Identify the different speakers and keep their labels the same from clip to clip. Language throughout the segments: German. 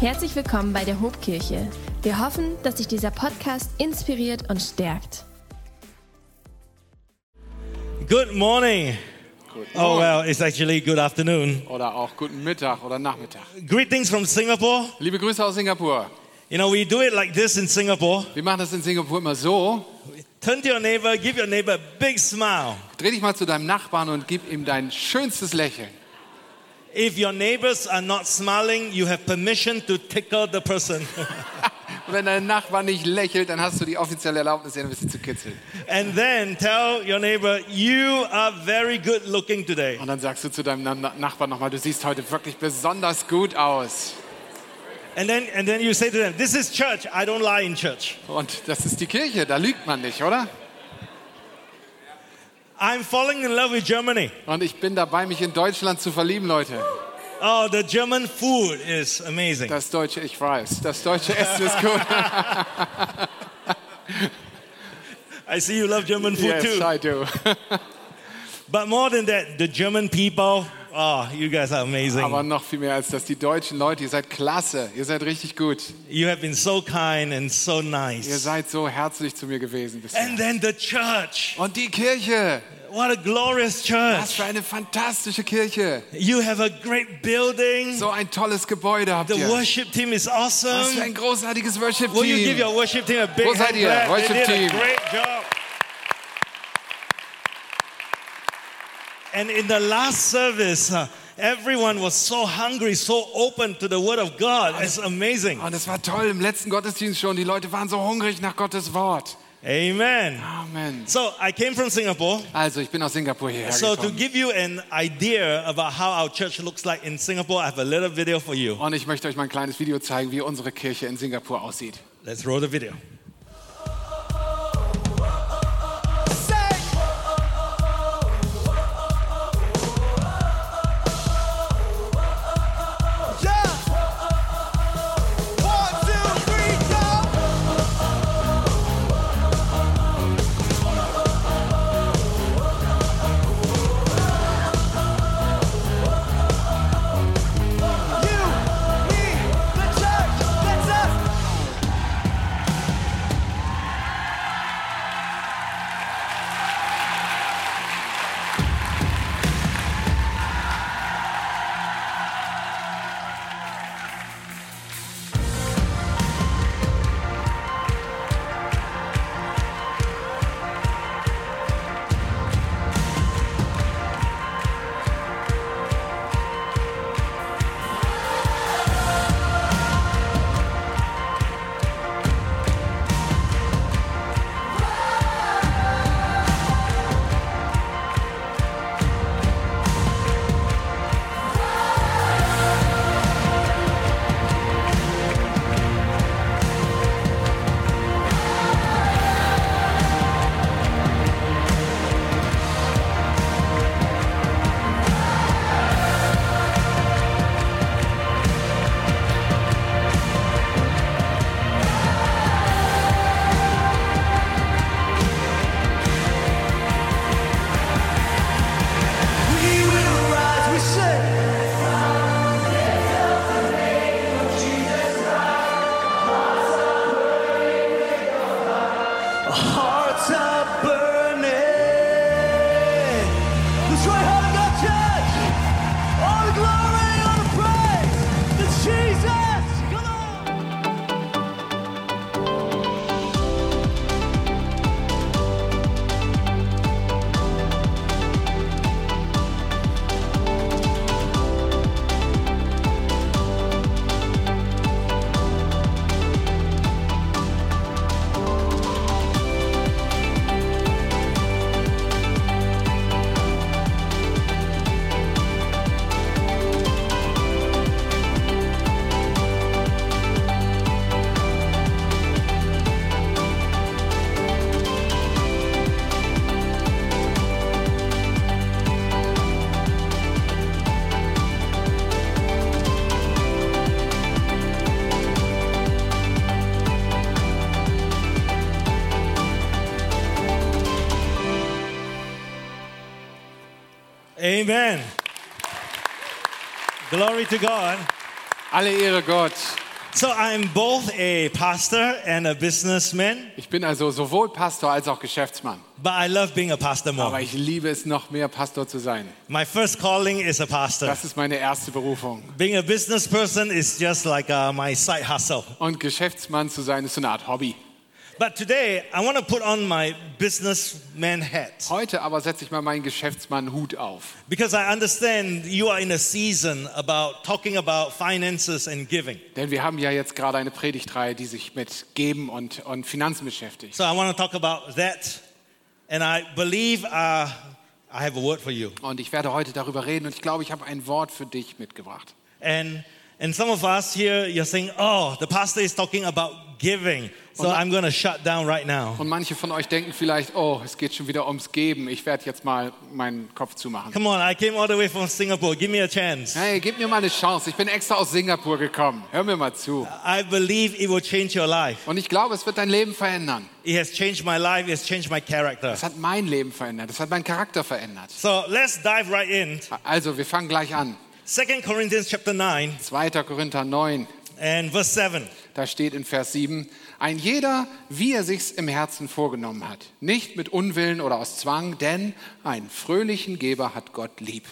Speaker 1: Herzlich willkommen bei der Hobkirche. Wir hoffen, dass sich dieser Podcast inspiriert und stärkt.
Speaker 2: Good morning. Oh, well, it's actually good afternoon.
Speaker 3: Oder auch guten Mittag oder Nachmittag.
Speaker 2: Greetings from Singapore.
Speaker 3: Liebe Grüße aus Singapur.
Speaker 2: You know, we do it like this in Singapore.
Speaker 3: Wir machen das in Singapur immer so.
Speaker 2: Turn to your neighbor, give your neighbor a big smile.
Speaker 3: Dreh dich mal zu deinem Nachbarn und gib ihm dein schönstes Lächeln.
Speaker 2: If your neighbors are not smiling, you have permission to tickle the person.
Speaker 3: Wenn dein Nachbar nicht lächelt, dann hast du die offizielle Erlaubnis, ihn ein bisschen zu kitzeln.
Speaker 2: and then tell your neighbor, you are very good looking today.
Speaker 3: Und dann sagst du zu deinem Na- Na- Nachbarn nochmal, du siehst heute wirklich besonders gut aus.
Speaker 2: And then, and then you say to them, this is church. I don't lie in church.
Speaker 3: Und das ist die Kirche, da lügt man nicht, oder?
Speaker 2: I'm falling in love with Germany.
Speaker 3: Und ich bin dabei, mich in Deutschland zu verlieben, Leute.
Speaker 2: Oh, the German food is amazing.
Speaker 3: Das deutsche, ich weiß, das deutsche Essen ist gut.
Speaker 2: I see you love German food
Speaker 3: yes,
Speaker 2: too.
Speaker 3: I do.
Speaker 2: But more than that, the German people, oh, you guys are amazing.
Speaker 3: Aber noch viel mehr als das, die deutschen Leute, ihr seid klasse, ihr seid richtig gut.
Speaker 2: You have been so kind and so
Speaker 3: Ihr
Speaker 2: nice.
Speaker 3: seid so herzlich zu mir gewesen bisher.
Speaker 2: And then the church.
Speaker 3: Und die Kirche,
Speaker 2: What a glorious
Speaker 3: was
Speaker 2: church.
Speaker 3: für eine fantastische Kirche.
Speaker 2: You have a great building.
Speaker 3: So ein tolles Gebäude habt
Speaker 2: The
Speaker 3: ihr.
Speaker 2: worship team is
Speaker 3: Was für ein
Speaker 2: awesome.
Speaker 3: großartiges
Speaker 2: Will you give
Speaker 3: Worship-Team.
Speaker 2: your worship team a big
Speaker 3: Wo
Speaker 2: hand
Speaker 3: seid ihr,
Speaker 2: clap? They
Speaker 3: worship
Speaker 2: did a
Speaker 3: team?
Speaker 2: great job. And in the last service, uh, everyone was so hungry, so open to the word of God. It's amazing.
Speaker 3: Und es war toll im letzten Gottesdienst schon. Die Leute waren so hungrig nach Gottes Wort.
Speaker 2: Amen.
Speaker 3: Amen.
Speaker 2: So I came from Singapore.
Speaker 3: Also, ich bin aus Singapur hierher
Speaker 2: So to
Speaker 3: gekommen.
Speaker 2: give you an idea about how our church looks like in Singapore, I have a little video for you.
Speaker 3: Und ich möchte euch mal ein kleines Video zeigen, wie unsere Kirche in Singapur aussieht.
Speaker 2: Let's roll the video.
Speaker 4: We will rise, we say. Hearts are burning. That's right, how to go, church. All the glory, all the praise. It's Jesus. Come on.
Speaker 2: Amen. Glory to God.
Speaker 3: Alle Ehre Gott.
Speaker 2: So I'm both a pastor and a businessman,
Speaker 3: Ich bin also sowohl Pastor als auch Geschäftsmann.
Speaker 2: but I love being a pastor
Speaker 3: Aber
Speaker 2: more.
Speaker 3: ich liebe es noch mehr, Pastor zu sein.
Speaker 2: My first calling is a pastor.
Speaker 3: Das ist meine erste Berufung.
Speaker 2: Being a business person is just like uh, my side hustle.
Speaker 3: Und Geschäftsmann zu sein ist so eine Art Hobby.
Speaker 2: But today, I want to put on my businessman hat
Speaker 3: Heute aber setze ich mal meinen Geschäftsmann-Hut auf.
Speaker 2: because I understand you are in a season about talking about finances and giving.
Speaker 3: Denn wir haben ja jetzt gerade eine Predigtreihe, die sich mit Geben und, und Finanzen beschäftigt.
Speaker 2: So I want to talk about that. And I believe uh, I have a word for you.
Speaker 3: Und ich werde heute darüber reden und ich glaube, ich habe ein Wort für dich mitgebracht.
Speaker 2: And, and some of us here, you're saying, oh, the pastor is talking about giving. So I'm going to shut down right now.
Speaker 3: Und manche von euch denken vielleicht, oh, es geht schon wieder ums Geben. Ich werde jetzt mal meinen Kopf zumachen.
Speaker 2: Come on, I came all the way from Singapore. Give me a chance.
Speaker 3: Hey, gib mir mal eine Chance. Ich bin extra aus Singapur gekommen. Hör mir mal zu.
Speaker 2: I believe it will change your life.
Speaker 3: Und ich glaube, es wird dein Leben verändern.
Speaker 2: It has changed my life, it has changed my character.
Speaker 3: Das hat mein Leben verändert. Das hat meinen Charakter verändert.
Speaker 2: So let's dive right in.
Speaker 3: Also, wir fangen gleich an.
Speaker 2: 2 Corinthians chapter 9
Speaker 3: 2. Korinther 9,
Speaker 2: and verse 7.
Speaker 3: da steht in Vers 7, ein jeder, wie er sich's im Herzen vorgenommen hat, nicht mit Unwillen oder aus Zwang, denn einen fröhlichen Geber hat Gott lieb.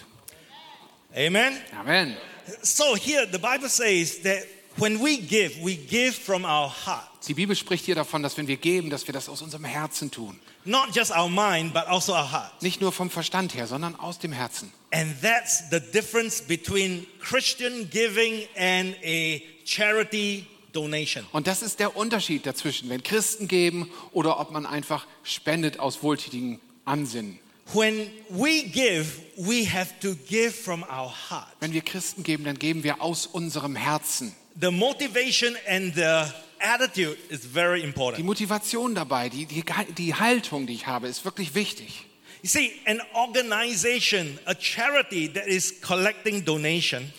Speaker 2: Amen.
Speaker 3: Amen.
Speaker 2: So here the Bible says that when we give, we give from our heart.
Speaker 3: Die Bibel spricht hier davon, dass wenn wir geben, dass wir das aus unserem Herzen tun.
Speaker 2: Not just our mind, but also our heart.
Speaker 3: Nicht nur vom Verstand her, sondern aus dem Herzen.
Speaker 2: And that's the difference between Christian giving and a charity donation.
Speaker 3: Und das ist der Unterschied dazwischen, wenn Christen geben oder ob man einfach spendet aus wohltätigem Ansinnen.
Speaker 2: When we give, we have to give from our heart.
Speaker 3: Wenn wir Christen geben, dann geben wir aus unserem Herzen.
Speaker 2: The motivation and the attitude is very
Speaker 3: Die
Speaker 2: important.
Speaker 3: Motivation dabei, die, die, die Haltung, die ich habe, ist wirklich wichtig.
Speaker 2: You see, an organization, a charity that is collecting donation,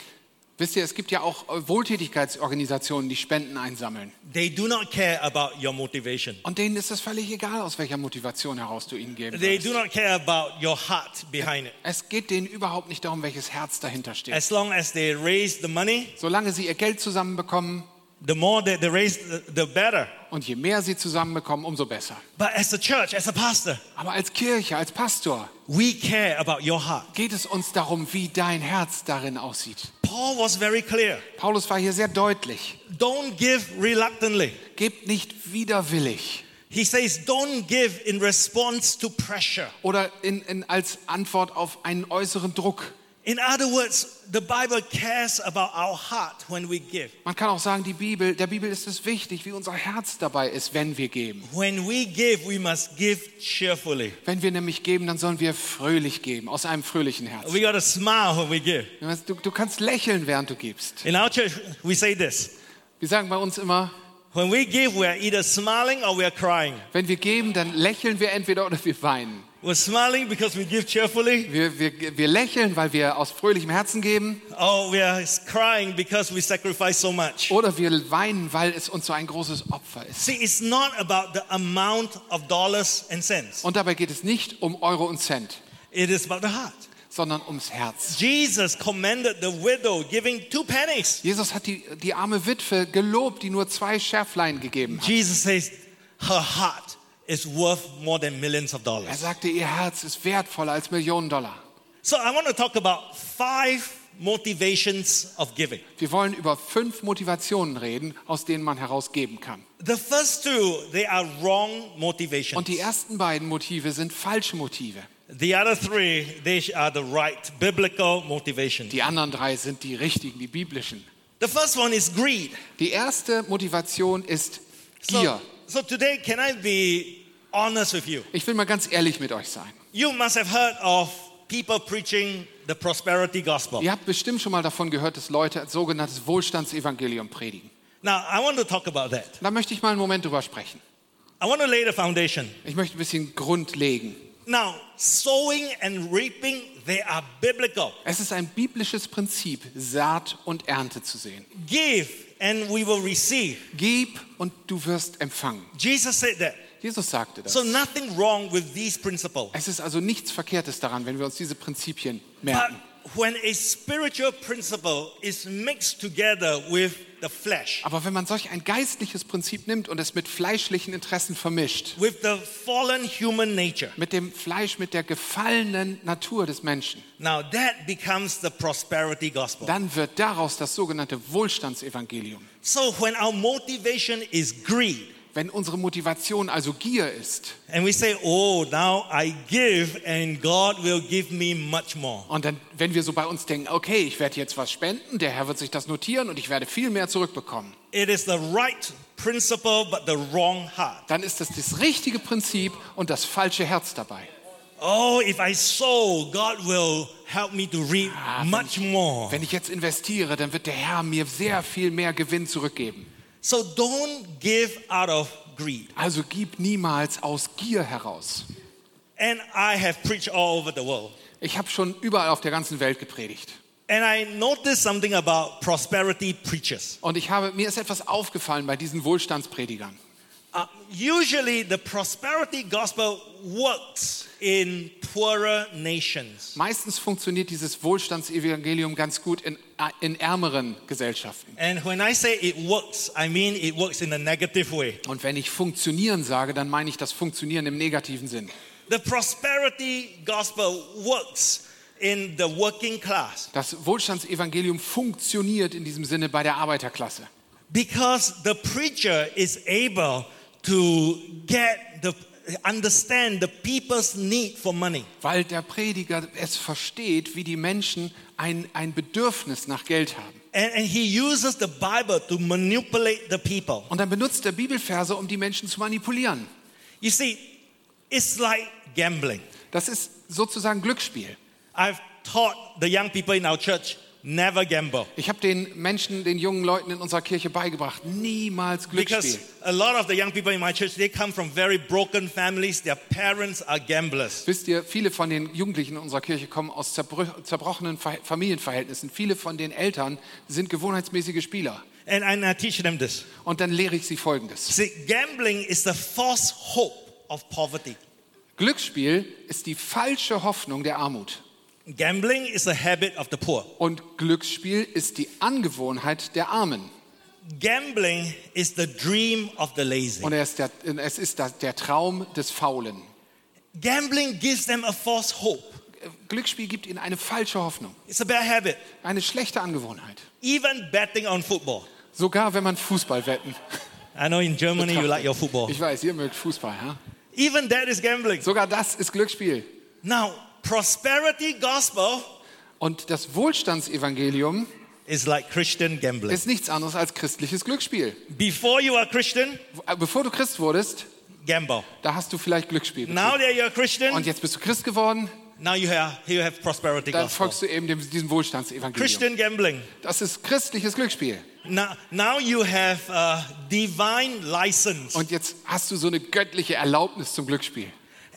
Speaker 3: Wisst ihr, es gibt ja auch äh, Wohltätigkeitsorganisationen, die Spenden einsammeln.
Speaker 2: they do not care about your motivation.
Speaker 3: Und denen ist es völlig egal, aus welcher Motivation heraus du ihnen geben
Speaker 2: They do
Speaker 3: willst.
Speaker 2: not care about your heart behind it.
Speaker 3: Es geht denen überhaupt nicht darum, welches Herz dahinter steht.
Speaker 2: As long as they raise the money,
Speaker 3: Solange sie ihr Geld zusammenbekommen
Speaker 2: the more that they raise, the the better.
Speaker 3: und je mehr sie zusammenbekommen, umso besser.
Speaker 2: But as a church, as a pastor,
Speaker 3: Aber als Kirche, als Pastor
Speaker 2: we care about your heart.
Speaker 3: geht es uns darum, wie dein Herz darin aussieht.
Speaker 2: Paul was very clear.
Speaker 3: Paulus war hier sehr deutlich.
Speaker 2: Don't give reluctantly.
Speaker 3: Gebt nicht widerwillig
Speaker 2: He says, don't give in response to pressure.
Speaker 3: oder in, in, als Antwort auf einen äußeren Druck.
Speaker 2: In other words, the Bible cares about our heart when we give.
Speaker 3: Man kann auch sagen, die Bibel, der Bibel ist es wichtig, wie unser Herz dabei ist, wenn wir geben.
Speaker 2: When we give, we must give cheerfully.
Speaker 3: Wenn wir nämlich geben, dann sollen wir fröhlich geben, aus einem fröhlichen Herzen.
Speaker 2: We got to smile when we give.
Speaker 3: Du, du kannst lächeln, während du gibst.
Speaker 2: In our church, we say this
Speaker 3: Wir sagen bei uns immer,
Speaker 2: when we give, we're either smiling or we're crying.
Speaker 3: wenn wir geben, dann lächeln wir entweder oder wir weinen.
Speaker 2: We're smiling because we give cheerfully,
Speaker 3: Wir, wir, wir lächeln, weil wir aus fröhlichem Herzen geben
Speaker 2: or we're Oh, crying because we sacrifice so much.
Speaker 3: oder wir weinen, weil es uns so ein großes Opfer ist.
Speaker 2: See, it's not about the amount of dollars and cents,
Speaker 3: Und dabei geht es nicht um Euro und Cent,
Speaker 2: it is about the heart.
Speaker 3: sondern ums Herz.
Speaker 2: Jesus commended the widow giving two pennies.
Speaker 3: Jesus hat die, die arme Witwe gelobt, die nur zwei Schärflein gegeben hat.
Speaker 2: Jesus says her heart is worth more than millions of
Speaker 3: Er
Speaker 2: dollars.
Speaker 3: sagte, ihr Herz ist wertvoller als Millionen Dollar.
Speaker 2: So I want to talk about five motivations of giving.
Speaker 3: Wir wollen über fünf Motivationen reden, aus denen man herausgeben kann.
Speaker 2: The first two, they are wrong motivations.
Speaker 3: Und die ersten beiden Motive sind falsche Motive.
Speaker 2: The other three, they are the right biblical motivation.
Speaker 3: Die anderen drei sind die richtigen, die biblischen.
Speaker 2: The first one is greed.
Speaker 3: Die erste Motivation ist
Speaker 2: So,
Speaker 3: Gier.
Speaker 2: so today, can I be honest with you?
Speaker 3: Ich will mal ganz ehrlich mit euch sein.
Speaker 2: You must have heard of people preaching the prosperity gospel.
Speaker 3: Ihr habt bestimmt schon mal davon gehört, dass Leute als sogenanntes Wohlstandsevangelium predigen.
Speaker 2: Now, I want to talk about that.
Speaker 3: Da möchte ich mal einen Moment drüber sprechen.
Speaker 2: I want to lay the foundation.
Speaker 3: Ich möchte ein bisschen Grund legen.
Speaker 2: Now, sowing and reaping, they are biblical.
Speaker 3: Es ist ein biblisches Prinzip, Saat und Ernte zu sehen.
Speaker 2: Give and we will receive.
Speaker 3: Gib und du wirst empfangen.
Speaker 2: Jesus said that.
Speaker 3: Jesus sagte das.
Speaker 2: So, nothing wrong with these principles.
Speaker 3: Es ist also nichts Verkehrtes daran, wenn wir uns diese Prinzipien
Speaker 2: But
Speaker 3: merken.
Speaker 2: when a spiritual principle is mixed together with the flesh,
Speaker 3: Aber wenn man solch ein geistliches Prinzip nimmt und es mit fleischlichen Interessen vermischt,
Speaker 2: with the fallen human nature,
Speaker 3: mit dem Fleisch, mit der gefallenen Natur des Menschen,
Speaker 2: now that becomes the prosperity gospel.
Speaker 3: dann wird daraus das sogenannte Wohlstandsevangelium.
Speaker 2: So when our motivation is greed,
Speaker 3: Wenn unsere Motivation also Gier ist
Speaker 2: and we say, "Oh, now I give, and God will give me much more,"
Speaker 3: und dann, wenn wir so bei uns denken, okay, ich werde jetzt was spenden, der Herr wird sich das notieren und ich werde viel mehr zurückbekommen,
Speaker 2: it is the right principle but the wrong heart.
Speaker 3: dann ist das das richtige Prinzip und das falsche Herz dabei.
Speaker 2: Oh, if I sow, God will help me to reap
Speaker 3: Ah,
Speaker 2: much more.
Speaker 3: Wenn ich jetzt investiere, dann wird der Herr mir sehr viel mehr Gewinn zurückgeben.
Speaker 2: So don't give out of greed.
Speaker 3: Also gib niemals aus Gier heraus.
Speaker 2: And I have preached all over the world.
Speaker 3: Ich habe schon überall auf der ganzen Welt gepredigt.
Speaker 2: And I noticed something about prosperity preachers.
Speaker 3: Und ich habe, mir ist etwas aufgefallen bei diesen Wohlstandspredigern.
Speaker 2: Uh, usually, the prosperity gospel works in poorer nations.
Speaker 3: Meistens funktioniert dieses Wohlstandsevangelium ganz gut in, in ärmeren Gesellschaften.
Speaker 2: And when I say it works, I mean it works in a negative way.
Speaker 3: Und wenn ich funktionieren sage, dann meine ich das Funktionieren im negativen Sinn.
Speaker 2: The prosperity gospel works in the working class
Speaker 3: Das Wohlstandsevangelium funktioniert in diesem Sinne bei der Arbeiterklasse.
Speaker 2: because the preacher is able to get the understand the people's need for money.
Speaker 3: Weil der Prediger es versteht, wie die Menschen ein, ein Bedürfnis nach Geld haben.
Speaker 2: And, and he uses the Bible to manipulate the people.
Speaker 3: Und dann benutzt er Bibelverse, um die Menschen zu manipulieren.
Speaker 2: You see, it's like gambling.
Speaker 3: Das ist sozusagen Glücksspiel.
Speaker 2: I've taught the young people in our church never gamble
Speaker 3: Ich habe den Menschen, den jungen Leuten in unserer Kirche beigebracht, niemals Glücksspiel.
Speaker 2: because a lot of the young people in my church they come from very broken families. Their parents are gamblers.
Speaker 3: Wisst ihr, viele von den Jugendlichen in unserer Kirche kommen aus zerbrö- zerbrochenen Ver- Familienverhältnissen. Viele von den Eltern sind gewohnheitsmäßige Spieler.
Speaker 2: And, and I teach them this.
Speaker 3: Und dann lehre ich sie Folgendes.
Speaker 2: See, gambling is the false hope of poverty.
Speaker 3: Glücksspiel ist die falsche Hoffnung der Armut.
Speaker 2: Gambling is a habit of the poor.
Speaker 3: Und Glücksspiel ist die Angewohnheit der Armen.
Speaker 2: Gambling is the dream of the lazy.
Speaker 3: Und er ist der, es ist der, der Traum des Faulen.
Speaker 2: Gambling gives them a false hope.
Speaker 3: Glücksspiel gibt ihnen eine falsche Hoffnung,
Speaker 2: It's a bad habit.
Speaker 3: eine schlechte Angewohnheit.
Speaker 2: Even betting on football.
Speaker 3: Sogar wenn man Fußball wetten.
Speaker 2: I know in Germany you like your football.
Speaker 3: Ich weiß, ihr mögt Fußball, ja?
Speaker 2: Even that is gambling.
Speaker 3: Sogar das ist Glücksspiel.
Speaker 2: Now, prosperity gospel
Speaker 3: Und das Wohlstandsevangelium
Speaker 2: is like Christian gambling.
Speaker 3: ist nichts anderes als christliches Glücksspiel.
Speaker 2: Before you are Christian,
Speaker 3: Bevor du Christ wurdest,
Speaker 2: gamble.
Speaker 3: da hast du vielleicht Glücksspiel.
Speaker 2: Now
Speaker 3: betrieben.
Speaker 2: that you're a Christian,
Speaker 3: Und jetzt bist du Christ geworden,
Speaker 2: now you have, you have prosperity
Speaker 3: dann
Speaker 2: gospel.
Speaker 3: folgst du eben dem, diesem Wohlstandsevangelium.
Speaker 2: Christian gambling.
Speaker 3: Das ist christliches Glücksspiel.
Speaker 2: Now, now you have uh, divine license.
Speaker 3: Und jetzt hast du so eine göttliche Erlaubnis zum Glücksspiel.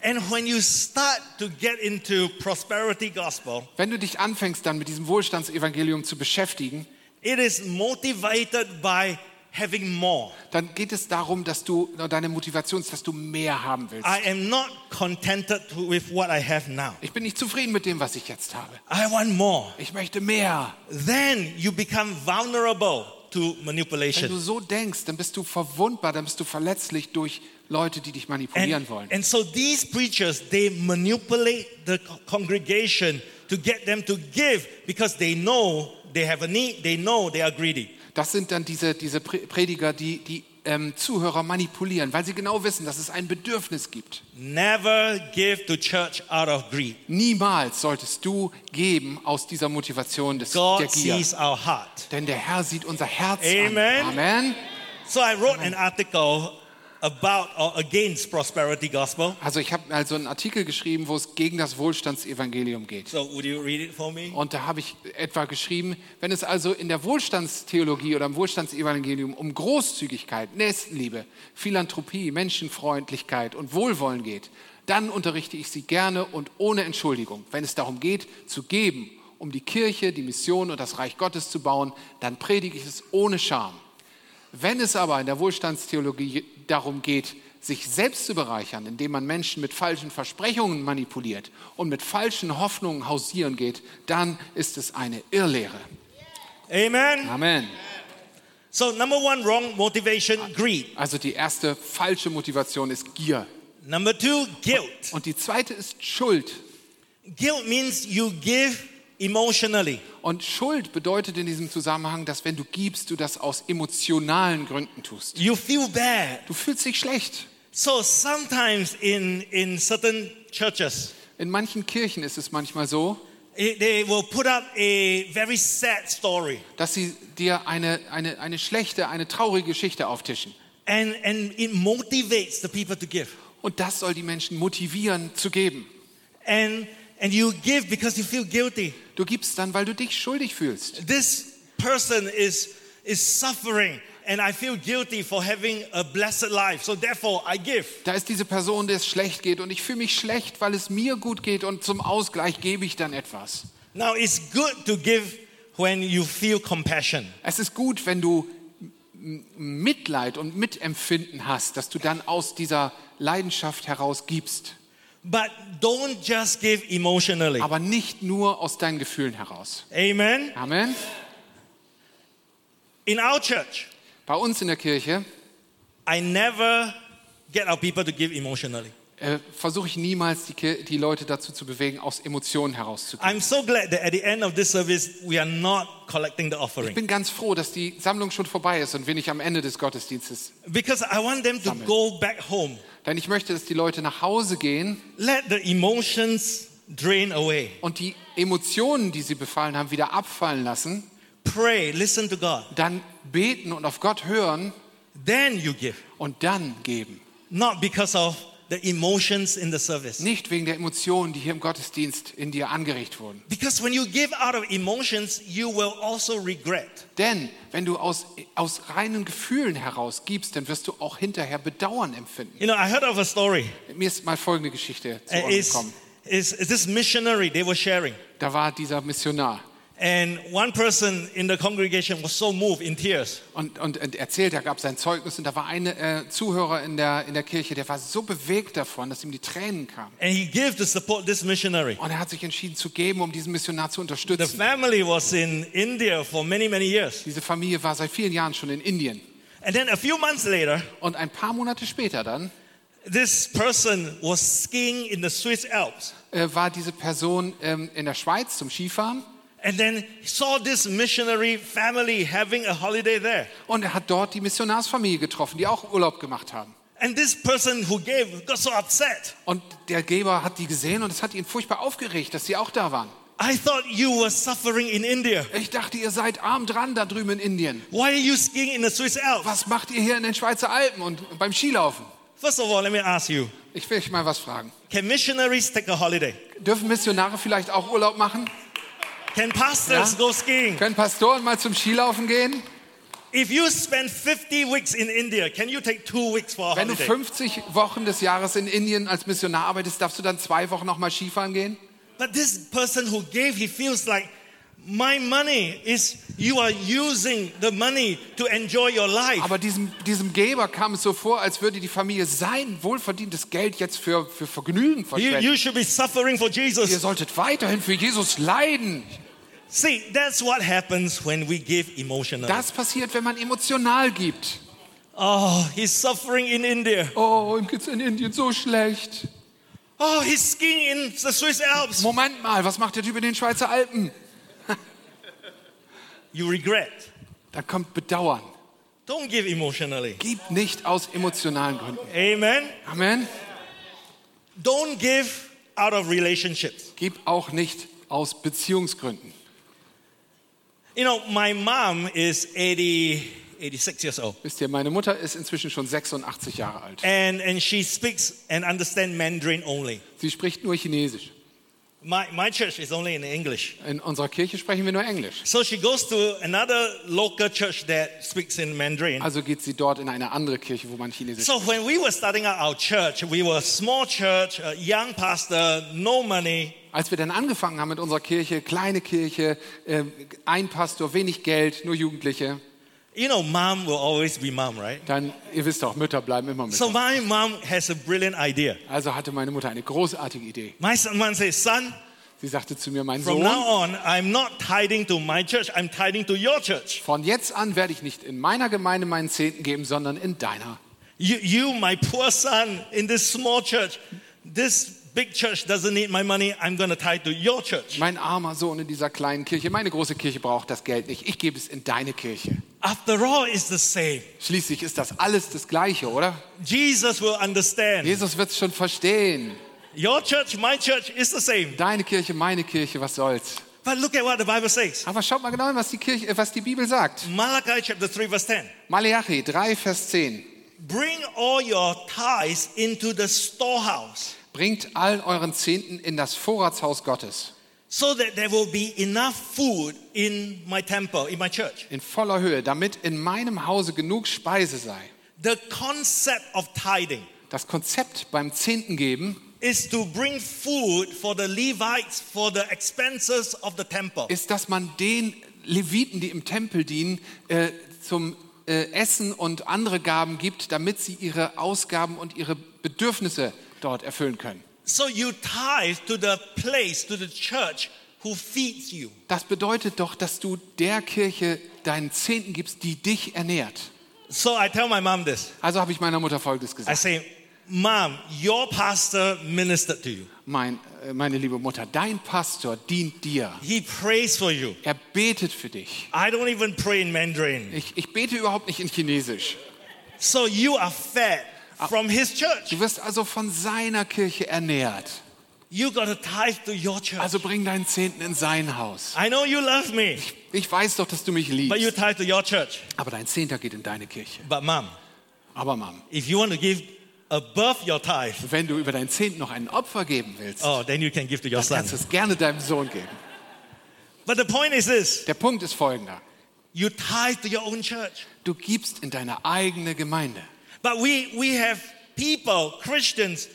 Speaker 2: And when you start to get into prosperity gospel,
Speaker 3: Wenn du dich anfängst, dann mit diesem Wohlstandsevangelium zu beschäftigen,
Speaker 2: it is motivated by having more.
Speaker 3: dann geht es darum, dass du deine Motivation ist, dass du mehr haben willst.
Speaker 2: I am not contented with what I have now.
Speaker 3: Ich bin nicht zufrieden mit dem, was ich jetzt habe.
Speaker 2: I want more.
Speaker 3: Ich möchte mehr.
Speaker 2: Then you become vulnerable to manipulation.
Speaker 3: Wenn du so denkst, dann bist du verwundbar, dann bist du verletzlich durch Leute, die dich manipulieren
Speaker 2: And,
Speaker 3: wollen.
Speaker 2: and so these preachers, they manipulate the co- congregation to get them to give because they know they have a need, they know they are greedy.
Speaker 3: Das sind dann diese, diese Pre- Prediger, die die ähm, Zuhörer manipulieren, weil sie genau wissen, dass es ein Bedürfnis gibt.
Speaker 2: Never give to church out of greed.
Speaker 3: Niemals solltest du geben aus dieser Motivation des, der
Speaker 2: God
Speaker 3: Gier.
Speaker 2: sees our heart.
Speaker 3: Denn der Herr sieht unser Herz
Speaker 2: Amen.
Speaker 3: an. Amen.
Speaker 2: So I wrote an article about or against prosperity gospel.
Speaker 3: Also ich habe also einen Artikel geschrieben, wo es gegen das Wohlstandsevangelium geht.
Speaker 2: So would you read it for me?
Speaker 3: Und da habe ich etwa geschrieben, wenn es also in der Wohlstandstheologie oder im Wohlstandsevangelium um Großzügigkeit, Nächstenliebe, Philanthropie, Menschenfreundlichkeit und Wohlwollen geht, dann unterrichte ich Sie gerne und ohne Entschuldigung. Wenn es darum geht, zu geben, um die Kirche, die Mission und das Reich Gottes zu bauen, dann predige ich es ohne Scham. Wenn es aber in der Wohlstandstheologie darum geht, sich selbst zu bereichern, indem man Menschen mit falschen Versprechungen manipuliert und mit falschen Hoffnungen hausieren geht, dann ist es eine Irrlehre.
Speaker 2: Amen.
Speaker 3: Amen.
Speaker 2: So, number one, wrong motivation, greed.
Speaker 3: Also die erste falsche Motivation ist Gier.
Speaker 2: Number two, guilt.
Speaker 3: Und die zweite ist Schuld.
Speaker 2: Guilt means you give emotionally.
Speaker 3: Und Schuld bedeutet in diesem Zusammenhang, dass wenn du gibst, du das aus emotionalen Gründen tust.
Speaker 2: You feel bad.
Speaker 3: Du fühlst dich schlecht.
Speaker 2: So sometimes in, in certain churches,
Speaker 3: In manchen Kirchen ist es manchmal so,
Speaker 2: eh, they will put up a very sad story.
Speaker 3: dass sie dir eine, eine, eine schlechte, eine traurige Geschichte auftischen.
Speaker 2: And, and it motivates the people to give.
Speaker 3: Und das soll die Menschen motivieren zu geben.
Speaker 2: And, and you give because you feel guilty.
Speaker 3: Du gibst dann, weil du dich schuldig fühlst.
Speaker 2: This person is, is suffering, and I feel guilty for having a blessed life. So therefore, I give.
Speaker 3: Da ist diese Person, der es schlecht geht und ich fühle mich schlecht, weil es mir gut geht und zum Ausgleich gebe ich dann etwas.
Speaker 2: Now, it's good to give when you feel compassion.
Speaker 3: Es ist gut, wenn du M- M- Mitleid und Mitempfinden hast, dass du dann aus dieser Leidenschaft heraus gibst,
Speaker 2: But don't just give emotionally.
Speaker 3: aber nicht nur aus deinen Gefühlen heraus.
Speaker 2: Amen.
Speaker 3: Amen.
Speaker 2: In our church,
Speaker 3: Bei uns in der Kirche
Speaker 2: I never get our people to give emotionally.
Speaker 3: äh, versuche ich niemals, die, Ki- die Leute dazu zu bewegen, aus Emotionen herauszugehen.
Speaker 2: I'm so glad that at the end of this service, we are not collecting the
Speaker 3: Ich
Speaker 2: offering
Speaker 3: bin ganz froh, dass die Sammlung schon vorbei ist und wir nicht am Ende des Gottesdienstes.
Speaker 2: because I want them to go back home.
Speaker 3: Denn ich möchte, dass die Leute nach Hause gehen
Speaker 2: Let the emotions drain away.
Speaker 3: und die Emotionen, die sie befallen haben, wieder abfallen lassen,
Speaker 2: Pray, listen to God.
Speaker 3: dann beten und auf Gott hören
Speaker 2: Then you give.
Speaker 3: und dann geben.
Speaker 2: Not because of the emotions in the service.
Speaker 3: Nicht wegen der Emotionen, die hier im Gottesdienst in dir angeregt wurden.
Speaker 2: Because when you give out of emotions, you will also regret.
Speaker 3: Denn wenn du aus, aus reinen Gefühlen heraus gibst, dann wirst du auch hinterher Bedauern empfinden.
Speaker 2: You know, I heard of a story.
Speaker 3: Mir ist mal folgende Geschichte zu Ohren
Speaker 2: Is,
Speaker 3: gekommen.
Speaker 2: is, is this missionary they were sharing?
Speaker 3: Da war dieser Missionar
Speaker 2: And one person in the congregation was so moved in tears.
Speaker 3: und, und, und erzählt, er gab sein Zeugnis und da war ein äh, Zuhörer in der, in der Kirche, der war so bewegt davon, dass ihm die Tränen kamen.
Speaker 2: And he gave to support this missionary.
Speaker 3: Und er hat sich entschieden zu geben, um diesen Missionar zu
Speaker 2: The
Speaker 3: unterstützen.
Speaker 2: family was in India for many, many years.
Speaker 3: Diese Familie war seit vielen Jahren schon in Indien.
Speaker 2: And then a few months later,
Speaker 3: Und ein paar Monate später dann
Speaker 2: this person was skiing in the Swiss Alps.
Speaker 3: äh, war diese Person ähm, in der Schweiz zum Skifahren
Speaker 2: And then he saw this missionary family having a holiday there.
Speaker 3: Und er hat dort die Missionarsfamilie getroffen, die auch Urlaub gemacht haben.
Speaker 2: And this person who gave got so upset.
Speaker 3: Und der Geber hat die gesehen und es hat ihn furchtbar aufgeregt, dass sie auch da waren.
Speaker 2: I thought you were suffering in India.
Speaker 3: Ich dachte, ihr seid arm dran da drüben in Indien.
Speaker 2: Why are you skiing in the Swiss Alps?
Speaker 3: Was macht ihr hier in den Schweizer Alpen und beim Skilaufen?
Speaker 2: First of all, let me ask you
Speaker 3: Ich will euch mal was fragen.
Speaker 2: can missionaries take a holiday?
Speaker 3: Dürfen Missionare vielleicht auch Urlaub machen?
Speaker 2: Can pastors
Speaker 3: Yeah.
Speaker 2: go skiing?
Speaker 3: Können Pastoren mal zum Skilaufen gehen?
Speaker 2: If you spend 50 weeks in India, can you take two weeks for a
Speaker 3: Wenn du
Speaker 2: holiday?
Speaker 3: 50 Wochen des Jahres in Indien als Missionar arbeitest, darfst du dann zwei Wochen nochmal Skifahren gehen?
Speaker 2: But this person who gave, he feels like my money is, you are using the money to enjoy your life.
Speaker 3: Aber diesem, diesem Geber kam es so vor, als würde die Familie sein wohlverdientes Geld jetzt für, für Vergnügen
Speaker 2: You,
Speaker 3: verschwenden.
Speaker 2: you should be suffering for
Speaker 3: Ihr
Speaker 2: Jesus.
Speaker 3: solltet weiterhin für Jesus leiden.
Speaker 2: See, that's what happens when we give emotionally.
Speaker 3: Das passiert, wenn man emotional gibt.
Speaker 2: oh, he's suffering in India.
Speaker 3: Oh, ihm geht's in Indien so schlecht.
Speaker 2: Oh, he's skiing in the Swiss Alps.
Speaker 3: Moment mal, was macht der Typ in den Schweizer Alpen?
Speaker 2: You regret.
Speaker 3: Da kommt Bedauern.
Speaker 2: Don't give emotionally.
Speaker 3: Gib nicht aus emotionalen Gründen.
Speaker 2: Amen.
Speaker 3: Amen.
Speaker 2: Don't give out of relationships.
Speaker 3: Gib auch nicht aus Beziehungsgründen.
Speaker 2: You know, my mom is 80, 86 years old.
Speaker 3: Wisst ihr, meine Mutter ist inzwischen schon 86 Jahre alt.
Speaker 2: And, and she speaks and understands Mandarin only.
Speaker 3: Sie spricht nur Chinesisch.
Speaker 2: My, my church is only in English.
Speaker 3: In unserer Kirche sprechen wir nur Englisch.
Speaker 2: So she goes to another local church that speaks in Mandarin.
Speaker 3: Also geht sie dort in eine andere Kirche, wo man Chinesisch
Speaker 2: So when we were starting out our church, we were a small church, a young pastor, no money.
Speaker 3: Als wir dann angefangen haben mit ähm, unserer Kirche, kleine Kirche, äh, ein Pastor, wenig Geld, nur Jugendliche,
Speaker 2: You know, mom will always be mom, right?
Speaker 3: Dann, ihr wisst auch, Mütter bleiben immer Mütter.
Speaker 2: So my mom has a brilliant idea.
Speaker 3: Also hatte meine Mutter eine großartige Idee.
Speaker 2: My son mom says, son,
Speaker 3: Sie sagte zu mir, mein
Speaker 2: from
Speaker 3: Sohn,
Speaker 2: now on, I'm not tithing to my church, I'm tithing to your church.
Speaker 3: von jetzt an werde ich nicht in meiner Gemeinde meinen Zehnten geben, sondern in deiner.
Speaker 2: You, you, my poor son, in this small church, this big church doesn't need my money, I'm going to tithe to your church.
Speaker 3: Mein armer Sohn in dieser kleinen Kirche, meine große Kirche braucht das Geld nicht. Ich gebe es in deine Kirche.
Speaker 2: After all, it's the same.
Speaker 3: Schließlich ist das alles das Gleiche, oder?
Speaker 2: Jesus will understand.
Speaker 3: Jesus wird es schon verstehen.
Speaker 2: Your church, my church, is the same.
Speaker 3: Deine Kirche, meine Kirche, was soll's.
Speaker 2: But look at what the Bible says.
Speaker 3: Aber schaut mal genau hin, was die, Kirche, äh, was die Bibel sagt.
Speaker 2: Malachi chapter 3, verse 10.
Speaker 3: Malachi 3, Vers 10.
Speaker 2: Bring all your tithes into the storehouse
Speaker 3: Bringt all euren Zehnten in das Vorratshaus Gottes.
Speaker 2: so that there will be enough food in my temple, in my church.
Speaker 3: In voller Höhe, damit in meinem Hause genug Speise sei.
Speaker 2: The concept of tithing
Speaker 3: Das Konzept beim Zehnten geben
Speaker 2: is to bring food for the Levites for the expenses of the temple.
Speaker 3: ist, dass man den Leviten, die im Tempel dienen, äh, zum äh, Essen und andere Gaben gibt, damit sie ihre Ausgaben und ihre Bedürfnisse dort erfüllen können.
Speaker 2: So you tithe to the place, to the church who feeds you.
Speaker 3: Das bedeutet doch, dass du der Kirche deinen Zehnten gibst, die dich ernährt.
Speaker 2: So I tell my mom this.
Speaker 3: Also habe ich meiner Mutter Folgendes
Speaker 2: I
Speaker 3: gesagt.
Speaker 2: say, Mom, your pastor ministered to you.
Speaker 3: Mein, äh, meine liebe Mutter, dein Pastor dient dir.
Speaker 2: He prays for you.
Speaker 3: Er betet für dich.
Speaker 2: I don't even pray in Mandarin.
Speaker 3: Ich, ich bete überhaupt nicht in Chinesisch.
Speaker 2: So you are fed from his church.
Speaker 3: Du wirst also von seiner Kirche ernährt.
Speaker 2: You got to tithe to your church.
Speaker 3: Also bring deinen Zehnten in sein Haus.
Speaker 2: I know you love me,
Speaker 3: Ich weiß doch, dass du mich
Speaker 2: but you
Speaker 3: liebst.
Speaker 2: tithe to your church.
Speaker 3: Aber dein Zehnter geht in deine Kirche.
Speaker 2: But mom,
Speaker 3: Aber Mom,
Speaker 2: if you want to give above your tithe,
Speaker 3: wenn du über deinen Zehnten noch ein Opfer geben willst,
Speaker 2: oh, then you can give to your
Speaker 3: dann
Speaker 2: son.
Speaker 3: kannst du es gerne deinem Sohn geben.
Speaker 2: But the point is this,
Speaker 3: Der Punkt ist folgender.
Speaker 2: you tithe to your own church.
Speaker 3: Du gibst in deine eigene Gemeinde.
Speaker 2: But we, we have people, Christians,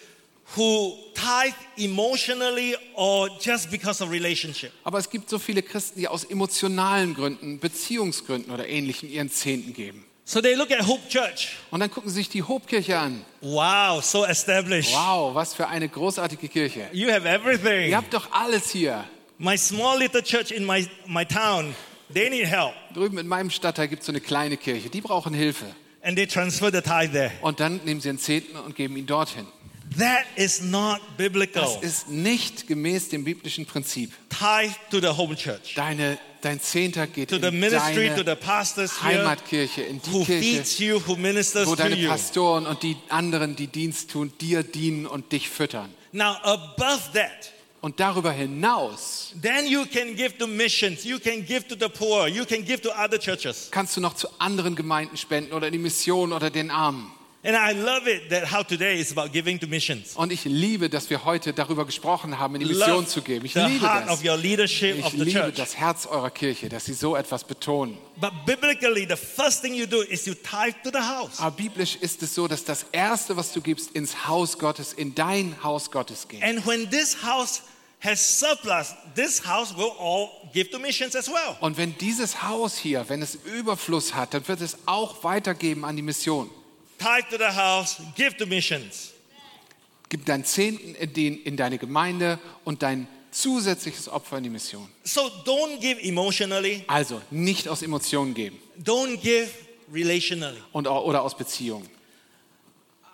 Speaker 2: who tithe emotionally or just because of relationship.
Speaker 3: Aber es gibt so viele Christen, die aus emotionalen Gründen, Beziehungsgründen oder ähnlichen ihren Zehnten geben.
Speaker 2: So they look at Hope Church.
Speaker 3: Und dann gucken sie sich die Hobkirche an.
Speaker 2: Wow, so established.
Speaker 3: Wow, was für eine großartige Kirche.
Speaker 2: You have everything.
Speaker 3: Ihr habt doch alles hier.
Speaker 2: My small little church in my, my town, they need help.
Speaker 3: Drüben in meinem Stadtteil gibt es so eine kleine Kirche. Die brauchen Hilfe.
Speaker 2: And they transfer the tithe there.
Speaker 3: Und dann nehmen sie ihren Zehnten und geben ihn dorthin.
Speaker 2: That is not biblical.
Speaker 3: Das ist nicht gemäß dem biblischen Prinzip.
Speaker 2: tithe to the home church,
Speaker 3: Deine, dein Zehnter geht
Speaker 2: to
Speaker 3: in
Speaker 2: the ministry, to
Speaker 3: deine
Speaker 2: the pastors here,
Speaker 3: Heimatkirche, in die
Speaker 2: who
Speaker 3: Kirche,
Speaker 2: feeds you, who ministers
Speaker 3: wo
Speaker 2: to
Speaker 3: deine
Speaker 2: you.
Speaker 3: Pastoren und die anderen, die Dienst tun, dir dienen und dich füttern.
Speaker 2: Now, above that,
Speaker 3: Und darüber hinaus
Speaker 2: then you can give to missions, you can give to the poor, you can give to other churches.
Speaker 3: kannst du noch zu anderen Gemeinden spenden oder in die Mission oder den Armen.
Speaker 2: And I love it that how today is about giving to missions.
Speaker 3: Und ich liebe, dass wir heute darüber gesprochen haben, in die Mission
Speaker 2: Love
Speaker 3: zu geben. Ich
Speaker 2: the
Speaker 3: liebe
Speaker 2: heart of
Speaker 3: das.
Speaker 2: your leadership
Speaker 3: Ich
Speaker 2: of the
Speaker 3: liebe
Speaker 2: church.
Speaker 3: das Herz eurer Kirche, dass sie so etwas betonen.
Speaker 2: But biblically, the first thing you do is you tithe to the house.
Speaker 3: Aber biblisch ist es so, dass das Erste, was du gibst, ins Haus Gottes, in dein Haus Gottes geht.
Speaker 2: And when this house has surplus, this house will all give to missions as well.
Speaker 3: Und wenn dieses Haus hier, wenn es Überfluss hat, dann wird es auch weitergeben an die Mission.
Speaker 2: Tithe to the house, give to missions.
Speaker 3: Gib deinen Zehnten in, den, in deine Gemeinde und dein zusätzliches Opfer in die Mission.
Speaker 2: So don't give emotionally,
Speaker 3: Also nicht aus Emotionen geben
Speaker 2: don't give relationally.
Speaker 3: und, au- oder aus Beziehungen.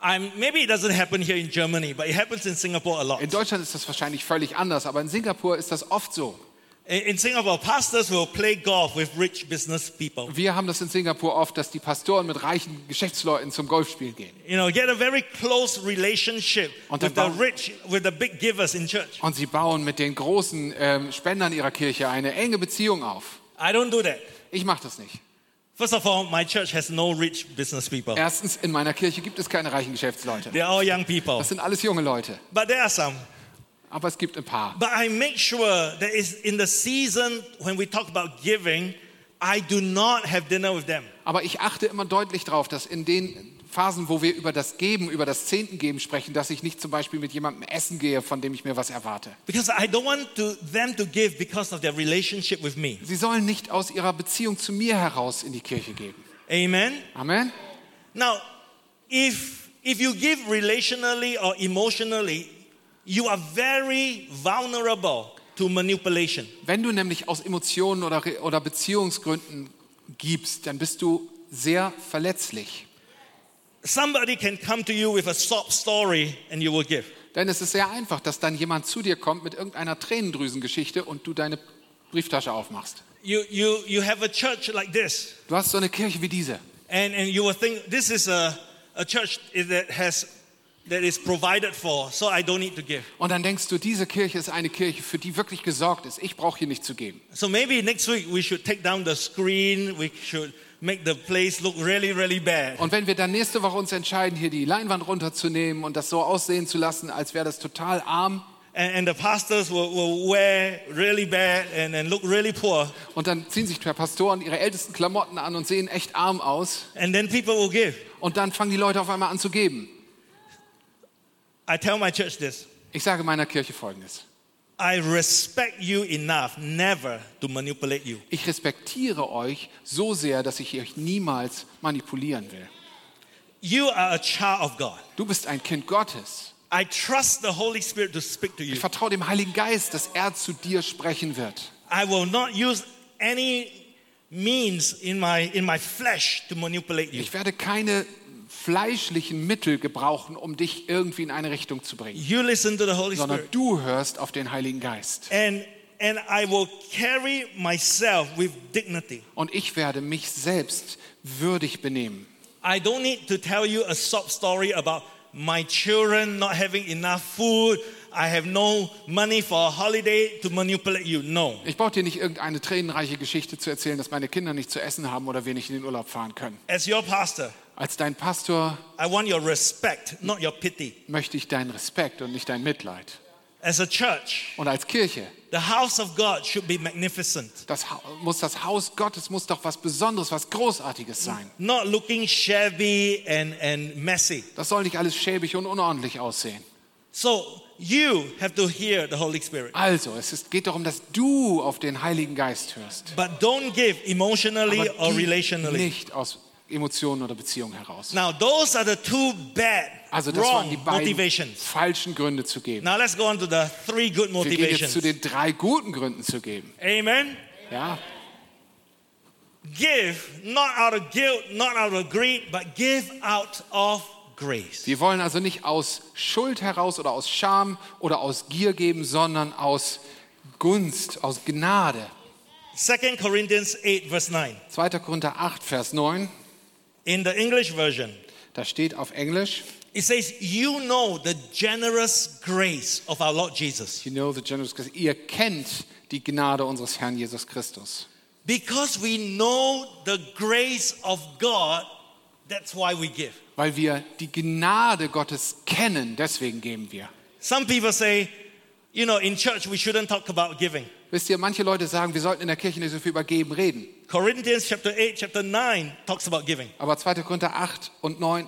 Speaker 2: I'm, maybe it doesn't happen here in Germany, but it happens in Singapore a lot.
Speaker 3: In Deutschland ist das wahrscheinlich völlig anders, aber in Singapur ist das oft so.
Speaker 2: In, in Singapore, pastors will play golf with rich business people.
Speaker 3: Wir haben das in Singapur oft, dass die Pastoren mit reichen Geschäftsleuten zum Golfspielen gehen.
Speaker 2: You know, get a very close relationship
Speaker 3: Und
Speaker 2: with the
Speaker 3: dann-
Speaker 2: rich, with the big givers in church.
Speaker 3: Und sie bauen mit den großen ähm, Spendern ihrer Kirche eine enge Beziehung auf.
Speaker 2: I don't do that.
Speaker 3: Ich mache das nicht.
Speaker 2: First of all, my church has no rich business people.
Speaker 3: Erstens, in meiner Kirche gibt es keine reichen Geschäftsleute.
Speaker 2: They're all young people.
Speaker 3: Das sind alles junge Leute,
Speaker 2: But there are some.
Speaker 3: aber es gibt ein paar.
Speaker 2: But I make sure that it's in the season when we talk about giving, I do not have dinner with them.
Speaker 3: Aber ich achte immer deutlich darauf, dass in den Phasen, wo wir über das Geben, über das Zehntengeben sprechen, dass ich nicht zum Beispiel mit jemandem essen gehe, von dem ich mir was erwarte.
Speaker 2: Because I don't want to, them to give because of their relationship with me.
Speaker 3: Sie sollen nicht aus ihrer Beziehung zu mir heraus in die Kirche geben.
Speaker 2: Amen.
Speaker 3: Amen.
Speaker 2: Now, if if you give relationally or emotionally, you are very vulnerable to manipulation.
Speaker 3: Wenn du nämlich aus Emotionen oder, Re- oder Beziehungsgründen gibst, dann bist du sehr verletzlich.
Speaker 2: Somebody can come to you with a sob story and you will give.
Speaker 3: Denn es ist sehr einfach, dass dann jemand zu dir kommt mit irgendeiner Tränendrüsengeschichte und du deine Brieftasche aufmachst.
Speaker 2: You you you have a church like this.
Speaker 3: Du hast so eine Kirche wie diese.
Speaker 2: And, and you will think this is a, a church that has that is provided for, so I don't need to give.
Speaker 3: Und dann denkst du, diese Kirche ist eine Kirche, für die wirklich gesorgt ist. Ich brauche hier nicht zu geben.
Speaker 2: So maybe next week we should take down the screen. We should make the place look really, really bad.
Speaker 3: Und wenn wir dann nächste Woche uns entscheiden, hier die Leinwand runterzunehmen und das so aussehen zu lassen, als wäre das total arm,
Speaker 2: And, and the pastors will, will wear really bad and, and look really poor.
Speaker 3: und dann ziehen sich der Pastoren ihre ältesten Klamotten an und sehen echt arm aus,
Speaker 2: And then people will give.
Speaker 3: und dann fangen die Leute auf einmal an zu geben.
Speaker 2: I tell my church this.
Speaker 3: Ich sage meiner Kirche Folgendes.
Speaker 2: I respect you enough never to manipulate you.
Speaker 3: Ich respektiere euch so sehr, dass ich euch niemals manipulieren will.
Speaker 2: You are a child of God.
Speaker 3: Du bist ein Kind Gottes.
Speaker 2: I trust the Holy Spirit to speak to you.
Speaker 3: Ich vertraue dem Heiligen Geist, dass er zu dir sprechen wird.
Speaker 2: I will not use any means in my in my flesh to manipulate you.
Speaker 3: Ich werde keine fleischlichen Mittel gebrauchen, um dich irgendwie in eine Richtung zu bringen,
Speaker 2: You listen to the Holy
Speaker 3: sondern
Speaker 2: Spirit.
Speaker 3: du hörst auf den Heiligen Geist.
Speaker 2: And and I will carry myself with dignity.
Speaker 3: Und ich werde mich selbst würdig benehmen.
Speaker 2: I don't need to tell you a sob story about my children not having enough food. I have no money for a holiday to manipulate you. No.
Speaker 3: Ich brauche dir nicht irgendeine tränenreiche Geschichte zu erzählen, dass meine Kinder nicht zu essen haben oder wir nicht in den Urlaub fahren können.
Speaker 2: As your pastor,
Speaker 3: Als dein Pastor
Speaker 2: I want your respect, not your pity.
Speaker 3: möchte ich deinen Respekt und nicht dein Mitleid.
Speaker 2: As a church,
Speaker 3: Und als Kirche,
Speaker 2: the house of God should be magnificent,
Speaker 3: das Ha- muss das Haus Gottes muss doch was Besonderes, was Großartiges sein.
Speaker 2: not looking shabby and, and messy.
Speaker 3: Das soll nicht alles schäbig und unordentlich aussehen.
Speaker 2: So you have to hear the Holy Spirit.
Speaker 3: Also, es ist, geht darum, dass du auf den Heiligen Geist hörst.
Speaker 2: But don't give emotionally
Speaker 3: Aber
Speaker 2: or
Speaker 3: gib
Speaker 2: relationally.
Speaker 3: nicht aus Emotionen oder Beziehungen heraus.
Speaker 2: Now those are the two bad
Speaker 3: Also das waren die
Speaker 2: wrong
Speaker 3: beiden
Speaker 2: motivations.
Speaker 3: falschen Gründe zu geben.
Speaker 2: Now let's go on to the three good
Speaker 3: Wir gehen jetzt zu
Speaker 2: motivations.
Speaker 3: den drei guten Gründen zu geben.
Speaker 2: Amen.
Speaker 3: Ja?
Speaker 2: Give not out of guilt, not out of greed, but give out of grace.
Speaker 3: Wir wollen also nicht aus Schuld heraus oder aus Scham oder aus Gier geben, sondern aus Gunst, aus Gnade.
Speaker 2: 2 Corinthians 8 verse 9.
Speaker 3: 2. Korinther 8, Vers 9,
Speaker 2: In the English version,
Speaker 3: da steht auf Englisch,
Speaker 2: it says, "You know the generous grace of our Lord Jesus."
Speaker 3: You know the generous grace. Ihr kennt die Gnade unseres Herrn Jesus Christus.
Speaker 2: Because we know the grace of God, that's why we give.
Speaker 3: Weil wir die Gnade Gottes kennen, deswegen geben wir.
Speaker 2: Some people say, you know, in church we shouldn't talk about giving.
Speaker 3: Wisst ihr, manche Leute sagen, wir sollten in der Kirche nicht so viel über Geben reden.
Speaker 2: Corinthians chapter 8, chapter 9 talks about giving.
Speaker 3: Aber 2. Korinther 8 und 9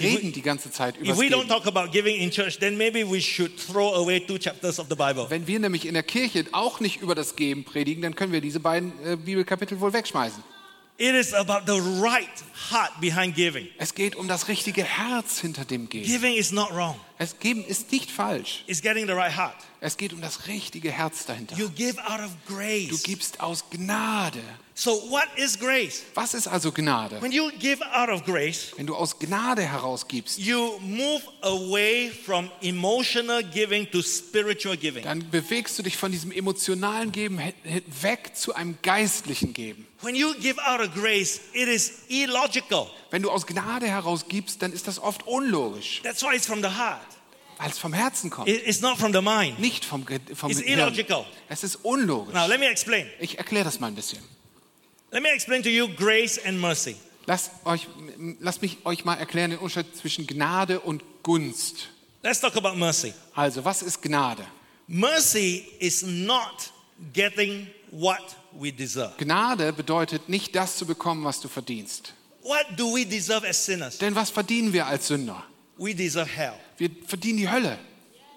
Speaker 3: reden die ganze Zeit über
Speaker 2: If we don't
Speaker 3: Geben.
Speaker 2: talk about giving in church, then maybe we should throw away two chapters of the Bible.
Speaker 3: Wenn wir nämlich in der Kirche auch nicht über das Geben predigen, dann können wir diese beiden äh, Bibelkapitel wohl wegschmeißen.
Speaker 2: It is about the right heart behind giving.
Speaker 3: Es geht um das richtige Herz hinter dem Geben.
Speaker 2: Giving is not wrong,
Speaker 3: Das Geben ist nicht falsch.
Speaker 2: it's getting the right heart.
Speaker 3: Es geht um das richtige Herz dahinter.
Speaker 2: You give out of
Speaker 3: Du
Speaker 2: grace.
Speaker 3: gibst aus Gnade.
Speaker 2: So, what is grace?
Speaker 3: Was ist also Gnade?
Speaker 2: When you give out of grace,
Speaker 3: Wenn du aus Gnade herausgibst,
Speaker 2: You move away from emotional giving to spiritual giving.
Speaker 3: dann bewegst du dich von diesem emotionalen Geben hin- hin- weg zu einem geistlichen Geben.
Speaker 2: When you give out of grace, it is illogical.
Speaker 3: Wenn du aus Gnade herausgibst, dann ist das oft unlogisch,
Speaker 2: That's why it's from the heart.
Speaker 3: weil es vom Herzen kommt,
Speaker 2: It- It's not from the mind.
Speaker 3: nicht vom, Ge- vom
Speaker 2: It's illogical.
Speaker 3: Hirn. Es ist unlogisch.
Speaker 2: Now, let me explain.
Speaker 3: Ich erkläre das mal ein bisschen.
Speaker 2: Let me explain to you grace and mercy.
Speaker 3: Lasst, euch, lasst mich euch mal erklären den Unterschied zwischen Gnade und Gunst.
Speaker 2: Let's talk about mercy.
Speaker 3: Also, was ist Gnade?
Speaker 2: Mercy is not getting what we deserve.
Speaker 3: Gnade bedeutet nicht das zu bekommen, was du verdienst.
Speaker 2: What do we deserve as sinners?
Speaker 3: Denn was verdienen wir als Sünder?
Speaker 2: We deserve hell.
Speaker 3: Wir verdienen die Hölle.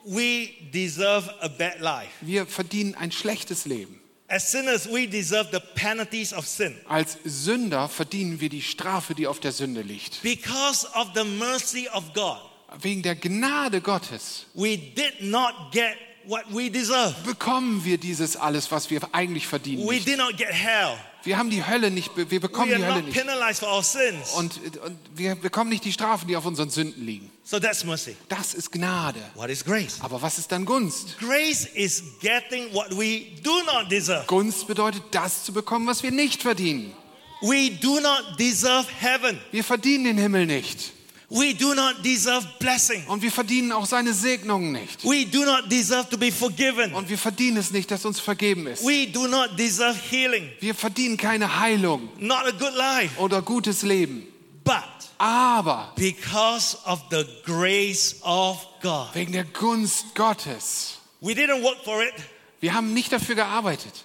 Speaker 2: We deserve a bad life.
Speaker 3: Wir verdienen ein schlechtes Leben.
Speaker 2: As sinners, we deserve the penalties of sin.
Speaker 3: Als Sünder verdienen wir die Strafe, die auf der Sünde liegt.
Speaker 2: Because of the mercy of God,
Speaker 3: Wegen der Gnade Gottes
Speaker 2: we did not get what we deserve.
Speaker 3: bekommen wir dieses alles, was wir eigentlich verdienen.
Speaker 2: We
Speaker 3: Nicht.
Speaker 2: did not get hell.
Speaker 3: Wir haben die Hölle nicht, be- wir bekommen
Speaker 2: We are
Speaker 3: die Hölle
Speaker 2: not
Speaker 3: nicht.
Speaker 2: penalized for our sins.
Speaker 3: Und, und wir bekommen nicht die Strafen, die auf unseren Sünden liegen.
Speaker 2: So that's mercy.
Speaker 3: Das ist Gnade.
Speaker 2: What is grace?
Speaker 3: Aber was ist dann Gunst?
Speaker 2: Grace is getting what we do not deserve.
Speaker 3: Gunst bedeutet, das zu bekommen, was wir nicht verdienen.
Speaker 2: We do not deserve heaven.
Speaker 3: Wir verdienen den Himmel nicht.
Speaker 2: We do not deserve blessing.
Speaker 3: Und wir verdienen auch seine Segnungen nicht.
Speaker 2: We do not deserve to be forgiven.
Speaker 3: Und wir verdienen es nicht, dass uns vergeben ist.
Speaker 2: We do not deserve healing,
Speaker 3: Wir verdienen keine Heilung
Speaker 2: not a good life.
Speaker 3: oder gutes Leben.
Speaker 2: But
Speaker 3: Aber
Speaker 2: because of the grace of God,
Speaker 3: wegen der Gunst Gottes.
Speaker 2: we didn't work for it,
Speaker 3: Wir haben nicht dafür gearbeitet.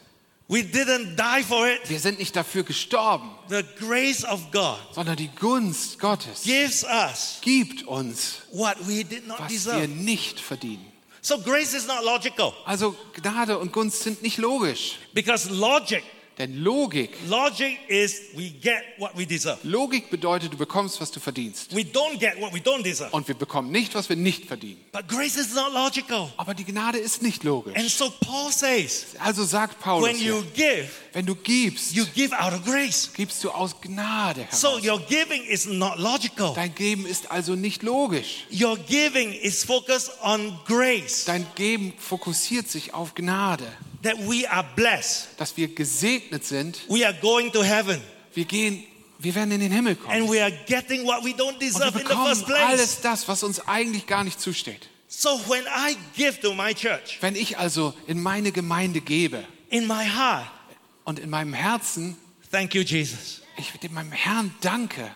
Speaker 2: we didn't die for it.
Speaker 3: Wir sind nicht dafür gestorben,
Speaker 2: The grace of God
Speaker 3: sondern die Gunst Gottes
Speaker 2: gives us
Speaker 3: gibt uns,
Speaker 2: what we did not
Speaker 3: was wir
Speaker 2: deserve.
Speaker 3: nicht verdienen.
Speaker 2: So grace is not logical
Speaker 3: Also Gnade und Gunst sind nicht logisch.
Speaker 2: because logic,
Speaker 3: Denn Logik,
Speaker 2: logic is we get what we deserve.
Speaker 3: Logik bedeutet, du bekommst, was du verdienst.
Speaker 2: We don't get what we don't deserve.
Speaker 3: Und wir bekommen nicht, was wir nicht verdienen.
Speaker 2: But grace is not logical.
Speaker 3: Aber die Gnade ist nicht
Speaker 2: And
Speaker 3: logisch.
Speaker 2: so Paul says,
Speaker 3: Also sagt Paulus,
Speaker 2: when you
Speaker 3: hier,
Speaker 2: give,
Speaker 3: wenn du gibst,
Speaker 2: you give out of grace.
Speaker 3: gibst du aus Gnade
Speaker 2: So
Speaker 3: heraus.
Speaker 2: your giving is not logical.
Speaker 3: Dein Geben ist also nicht logisch.
Speaker 2: Your giving is focused on grace,
Speaker 3: Dein Geben fokussiert sich auf Gnade,
Speaker 2: that we are blessed,
Speaker 3: dass wir gesegnet sind.
Speaker 2: we are going to heaven,
Speaker 3: Wir gehen, wir werden in den Himmel kommen.
Speaker 2: and we are getting what we don't
Speaker 3: Und wir
Speaker 2: deserve in the
Speaker 3: bekommen
Speaker 2: first place.
Speaker 3: alles das, was uns eigentlich gar nicht zusteht.
Speaker 2: So when I give to my church,
Speaker 3: Wenn ich also in meine Gemeinde gebe
Speaker 2: in my heart,
Speaker 3: und in meinem Herzen,
Speaker 2: thank you, Jesus.
Speaker 3: ich mit meinem Herrn danke,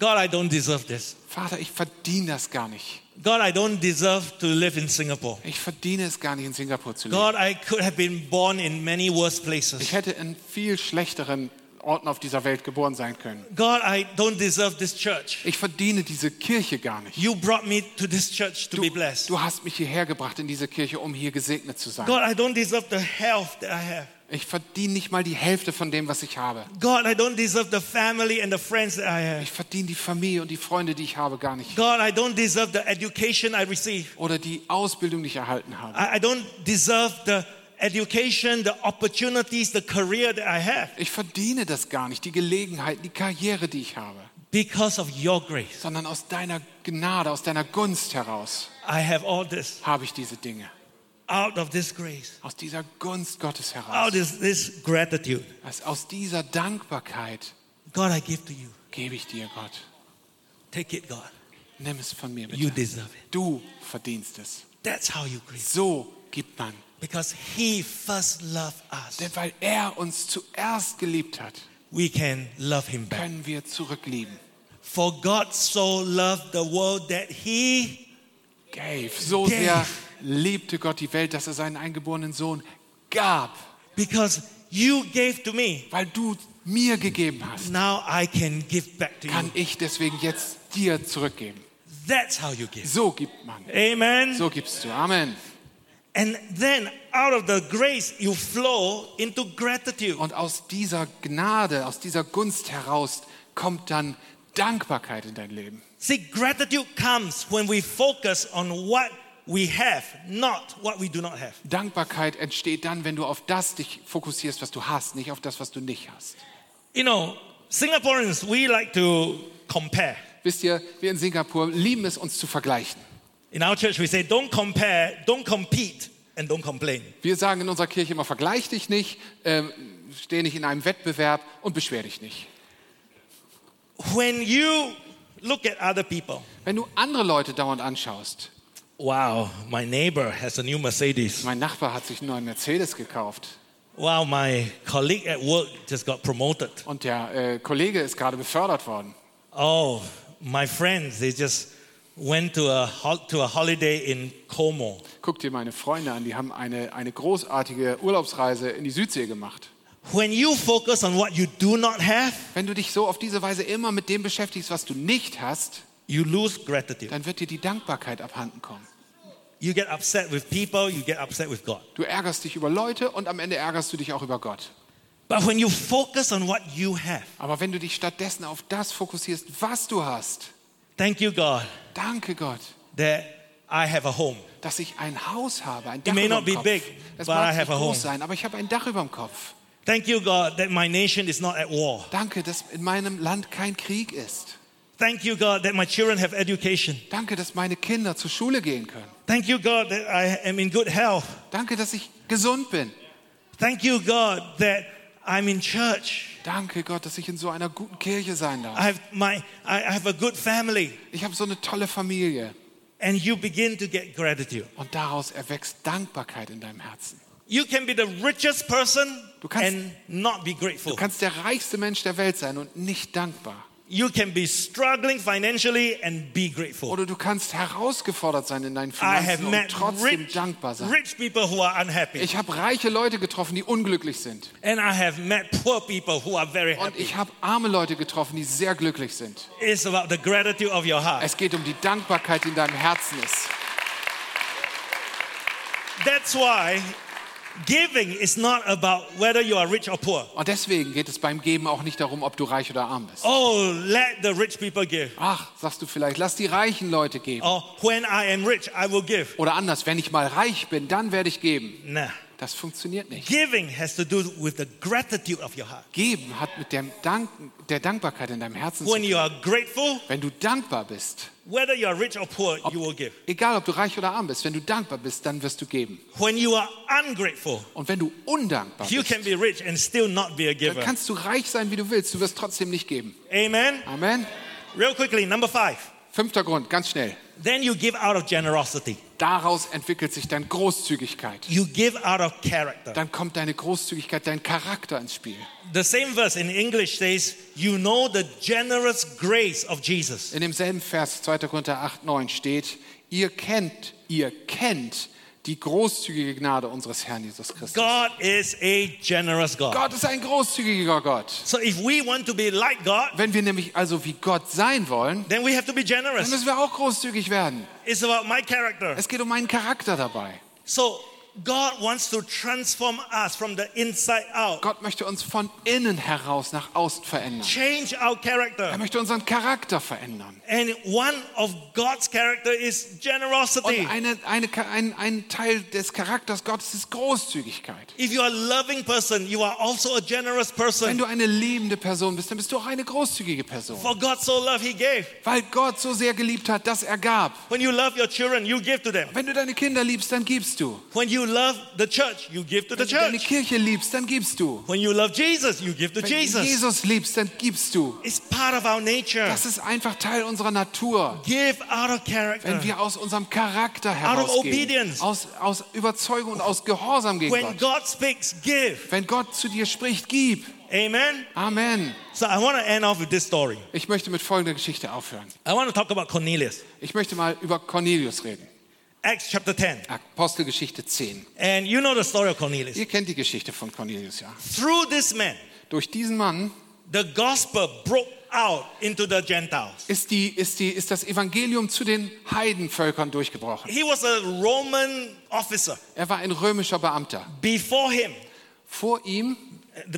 Speaker 2: God, I don't deserve this.
Speaker 3: Vater, ich verdiene das gar nicht.
Speaker 2: God, I don't deserve to live in Singapore.
Speaker 3: Ich verdiene es gar nicht, in Singapur zu leben.
Speaker 2: God, I could have been born in many worse places.
Speaker 3: Ich hätte in viel schlechteren Orten auf dieser Welt geboren sein können.
Speaker 2: God, I don't deserve this church.
Speaker 3: Ich verdiene diese Kirche gar nicht.
Speaker 2: You brought me to this church to
Speaker 3: Du,
Speaker 2: be blessed.
Speaker 3: du hast mich hierher gebracht in diese Kirche, um hier gesegnet zu sein.
Speaker 2: God, I don't deserve the health that I have.
Speaker 3: Ich verdiene nicht mal die Hälfte von dem, was ich habe.
Speaker 2: God, I don't deserve the family and the friends that I have.
Speaker 3: Ich verdiene die Familie und die Freunde, die ich habe, gar nicht.
Speaker 2: God, I don't deserve the education I receive.
Speaker 3: Oder die Ausbildung, die ich erhalten habe.
Speaker 2: I, I don't deserve the education, the opportunities, the career that I have
Speaker 3: Ich verdiene das gar nicht, die Gelegenheit, die Karriere, die ich habe.
Speaker 2: because of your grace.
Speaker 3: Sondern aus deiner Gnade, aus deiner Gunst heraus
Speaker 2: I have all this
Speaker 3: habe ich diese Dinge.
Speaker 2: out of this grace,
Speaker 3: Aus dieser Gunst Gottes
Speaker 2: out
Speaker 3: heraus.
Speaker 2: of this gratitude.
Speaker 3: Aus- Aus dieser Dankbarkeit
Speaker 2: God, I give to you.
Speaker 3: gebe ich dir, Gott.
Speaker 2: Take it, God.
Speaker 3: Nimm es von mir
Speaker 2: You
Speaker 3: bitte.
Speaker 2: deserve it.
Speaker 3: Du verdienst es.
Speaker 2: That's how you grace.
Speaker 3: So gibt man.
Speaker 2: Because He first loved us,
Speaker 3: Denn weil er uns zuerst geliebt hat,
Speaker 2: we can love Him back.
Speaker 3: können wir zurücklieben.
Speaker 2: For God so loved the world that He
Speaker 3: Gave. So
Speaker 2: Gave.
Speaker 3: sehr liebte Gott die Welt, dass er seinen eingeborenen Sohn gab,
Speaker 2: Because you gave to me,
Speaker 3: weil du mir gegeben hast.
Speaker 2: now I can give back to
Speaker 3: Kann
Speaker 2: you.
Speaker 3: ich deswegen jetzt dir zurückgeben.
Speaker 2: That's how you give.
Speaker 3: So gibt man.
Speaker 2: Amen.
Speaker 3: So gibst du. Amen.
Speaker 2: and then out of the grace, you flow into gratitude.
Speaker 3: Und aus dieser Gnade, aus dieser Gunst heraus kommt dann Dankbarkeit in dein Leben.
Speaker 2: See, gratitude comes when we focus on what we have, not what we do not have.
Speaker 3: Dankbarkeit entsteht dann, wenn du auf das dich fokussierst, was du hast, nicht auf das, was du nicht hast.
Speaker 2: You know, Singaporeans, we like to compare.
Speaker 3: Wisst ihr, wir in Singapur lieben es, uns zu vergleichen.
Speaker 2: In our church, we say, don't compare, don't compete, and don't complain.
Speaker 3: Wir sagen in unserer Kirche immer, vergleich dich nicht, ähm, steh nicht in einem Wettbewerb und beschwer dich nicht.
Speaker 2: When you look at other people,
Speaker 3: Wenn du andere Leute dauernd anschaust,
Speaker 2: wow, my neighbor has a new Mercedes.
Speaker 3: mein Nachbar hat sich einen neuen Mercedes gekauft
Speaker 2: Wow, my colleague at work just got promoted.
Speaker 3: und der äh, Kollege ist gerade befördert worden.
Speaker 2: Oh, my friends, they just went to a, hol- to a holiday in Como.
Speaker 3: Guck dir meine Freunde an, die haben eine, eine großartige Urlaubsreise in die Südsee gemacht.
Speaker 2: When you focus on what you do not have,
Speaker 3: Wenn du dich so auf diese Weise immer mit dem beschäftigst, was du nicht hast,
Speaker 2: you lose gratitude.
Speaker 3: dann wird dir die Dankbarkeit abhanden kommen.
Speaker 2: You get upset with people, you get upset with God.
Speaker 3: Du ärgerst dich über Leute und am Ende ärgerst du dich auch über Gott.
Speaker 2: But when you focus on what you have,
Speaker 3: Aber wenn du dich stattdessen auf das fokussierst, was du hast,
Speaker 2: thank you, God,
Speaker 3: danke Gott,
Speaker 2: that I have a home.
Speaker 3: dass ich ein Haus habe, ein Dach
Speaker 2: may
Speaker 3: über
Speaker 2: not be
Speaker 3: dem Kopf.
Speaker 2: big,
Speaker 3: es
Speaker 2: but
Speaker 3: mag
Speaker 2: I
Speaker 3: nicht
Speaker 2: have a home.
Speaker 3: groß sein, aber ich habe ein Dach über dem Kopf.
Speaker 2: Thank you, God, that my nation is not at war.
Speaker 3: Danke, dass in meinem Land kein Krieg ist.
Speaker 2: Thank you, God, that my children have education.
Speaker 3: Danke, dass meine Kinder zur Schule gehen können.
Speaker 2: Thank you, God, that I am in good health.
Speaker 3: Danke, dass ich gesund bin.
Speaker 2: Thank you, God, that I'm in church.
Speaker 3: Danke Gott, dass ich in so einer guten Kirche sein darf.
Speaker 2: I have, my, I I have a good family.
Speaker 3: Ich habe so eine tolle Familie.
Speaker 2: And you begin to get gratitude.
Speaker 3: Und daraus erwächst Dankbarkeit in deinem Herzen.
Speaker 2: You can be the richest person
Speaker 3: Du kannst-
Speaker 2: and not be
Speaker 3: Du
Speaker 2: grateful.
Speaker 3: kannst der reichste Mensch der Welt sein und nicht dankbar.
Speaker 2: You can be struggling financially and be grateful.
Speaker 3: Oder du kannst herausgefordert sein in deinen
Speaker 2: I have
Speaker 3: Finanzen und
Speaker 2: met
Speaker 3: trotzdem
Speaker 2: rich,
Speaker 3: dankbar sein.
Speaker 2: rich people who are unhappy.
Speaker 3: Ich habe reiche Leute getroffen, die unglücklich sind.
Speaker 2: And I have met poor people who are very
Speaker 3: Und
Speaker 2: happy.
Speaker 3: ich habe arme Leute getroffen, die sehr glücklich sind.
Speaker 2: It's about the gratitude of your heart.
Speaker 3: Es geht um die Dankbarkeit, die in deinem Herzen ist.
Speaker 2: That's why giving is not about whether you are rich or poor.
Speaker 3: Und deswegen geht es beim Geben auch nicht darum, ob du reich oder arm bist.
Speaker 2: Oh, let the rich people give.
Speaker 3: Ach, sagst du vielleicht, lass die reichen Leute geben.
Speaker 2: Or when I am rich, I will give.
Speaker 3: Oder anders, wenn ich mal reich bin, dann werde ich geben.
Speaker 2: Nah.
Speaker 3: Das funktioniert nicht.
Speaker 2: Giving has to do with the gratitude of your heart.
Speaker 3: Geben hat mit dem Dank, der Dankbarkeit in deinem Herzen zu
Speaker 2: When
Speaker 3: tun.
Speaker 2: you are grateful,
Speaker 3: Wenn du dankbar bist,
Speaker 2: whether you are rich or poor, you will give.
Speaker 3: egal ob du reich oder arm bist, wenn du dankbar bist, dann wirst du geben.
Speaker 2: When you are ungrateful,
Speaker 3: Und wenn du undankbar
Speaker 2: you
Speaker 3: bist,
Speaker 2: can be rich and still not be a
Speaker 3: dann
Speaker 2: giver.
Speaker 3: kannst du reich sein, wie du willst, du wirst trotzdem nicht geben.
Speaker 2: Amen.
Speaker 3: Amen.
Speaker 2: Real quickly, number five.
Speaker 3: Fünfter Grund, ganz schnell.
Speaker 2: Then you give out of generosity.
Speaker 3: Daraus entwickelt sich dann Großzügigkeit.
Speaker 2: You give out of character.
Speaker 3: Dann kommt deine Großzügigkeit, dein Charakter ins Spiel.
Speaker 2: The same verse in English says, You know the generous grace of Jesus.
Speaker 3: In demselben Vers 2. Korinther 8, 9 steht, ihr kennt, ihr kennt die großzügige Gnade unseres Herrn Jesus Christus.
Speaker 2: God is a generous God.
Speaker 3: Gott ist ein großzügiger Gott.
Speaker 2: So if we want to be like God,
Speaker 3: Wenn wir nämlich also wie Gott sein wollen,
Speaker 2: then we have to be
Speaker 3: dann
Speaker 2: generous.
Speaker 3: müssen wir auch großzügig werden.
Speaker 2: It's about my character.
Speaker 3: Es geht um meinen Charakter dabei.
Speaker 2: So God wants to transform us from the inside out,
Speaker 3: Gott möchte uns von innen heraus nach außen verändern.
Speaker 2: change our
Speaker 3: Er
Speaker 2: character.
Speaker 3: möchte unseren Charakter verändern.
Speaker 2: And one of God's character is
Speaker 3: Und
Speaker 2: generosity.
Speaker 3: eine, eine, ein, ein Teil des Charakters Gottes ist Großzügigkeit.
Speaker 2: If you are a loving person, you are also a generous
Speaker 3: Wenn
Speaker 2: person.
Speaker 3: du eine liebende Person bist, dann bist du auch eine großzügige Person.
Speaker 2: For God so loved, He gave.
Speaker 3: Weil Gott so sehr geliebt hat, dass er gab.
Speaker 2: When you love your children, you give to them.
Speaker 3: Wenn du deine Kinder liebst, dann gibst du.
Speaker 2: When you love the church, you give to the
Speaker 3: Wenn du deine
Speaker 2: church.
Speaker 3: Kirche liebst, dann gibst du.
Speaker 2: When you love Jesus, you give to
Speaker 3: Wenn du
Speaker 2: Jesus.
Speaker 3: Jesus liebst, dann gibst du.
Speaker 2: It's part of our nature.
Speaker 3: Das ist einfach Teil unserer Natur.
Speaker 2: Give out of
Speaker 3: Wenn
Speaker 2: character.
Speaker 3: wir aus unserem Charakter
Speaker 2: of
Speaker 3: herausgehen,
Speaker 2: obedience.
Speaker 3: aus, aus Überzeugung und aus Gehorsam gegen
Speaker 2: When
Speaker 3: Gott.
Speaker 2: God speaks, give.
Speaker 3: Wenn Gott zu dir spricht, gib.
Speaker 2: Amen.
Speaker 3: Amen.
Speaker 2: So I want to end off with this story.
Speaker 3: Ich möchte mit folgender Geschichte aufhören.
Speaker 2: I want to talk about Cornelius,
Speaker 3: Ich möchte mal über Cornelius reden.
Speaker 2: Acts chapter 10.
Speaker 3: Apostelgeschichte 10.
Speaker 2: And you know the story of Cornelius.
Speaker 3: Ihr kennt die Geschichte von Cornelius, ja.
Speaker 2: Through this man,
Speaker 3: Durch diesen Mann
Speaker 2: the gospel broke out into the Gentiles.
Speaker 3: ist, die, ist, die, ist das Evangelium zu den Heidenvölkern durchgebrochen.
Speaker 2: He was a Roman officer.
Speaker 3: Er war ein römischer Beamter.
Speaker 2: Before him,
Speaker 3: Vor ihm,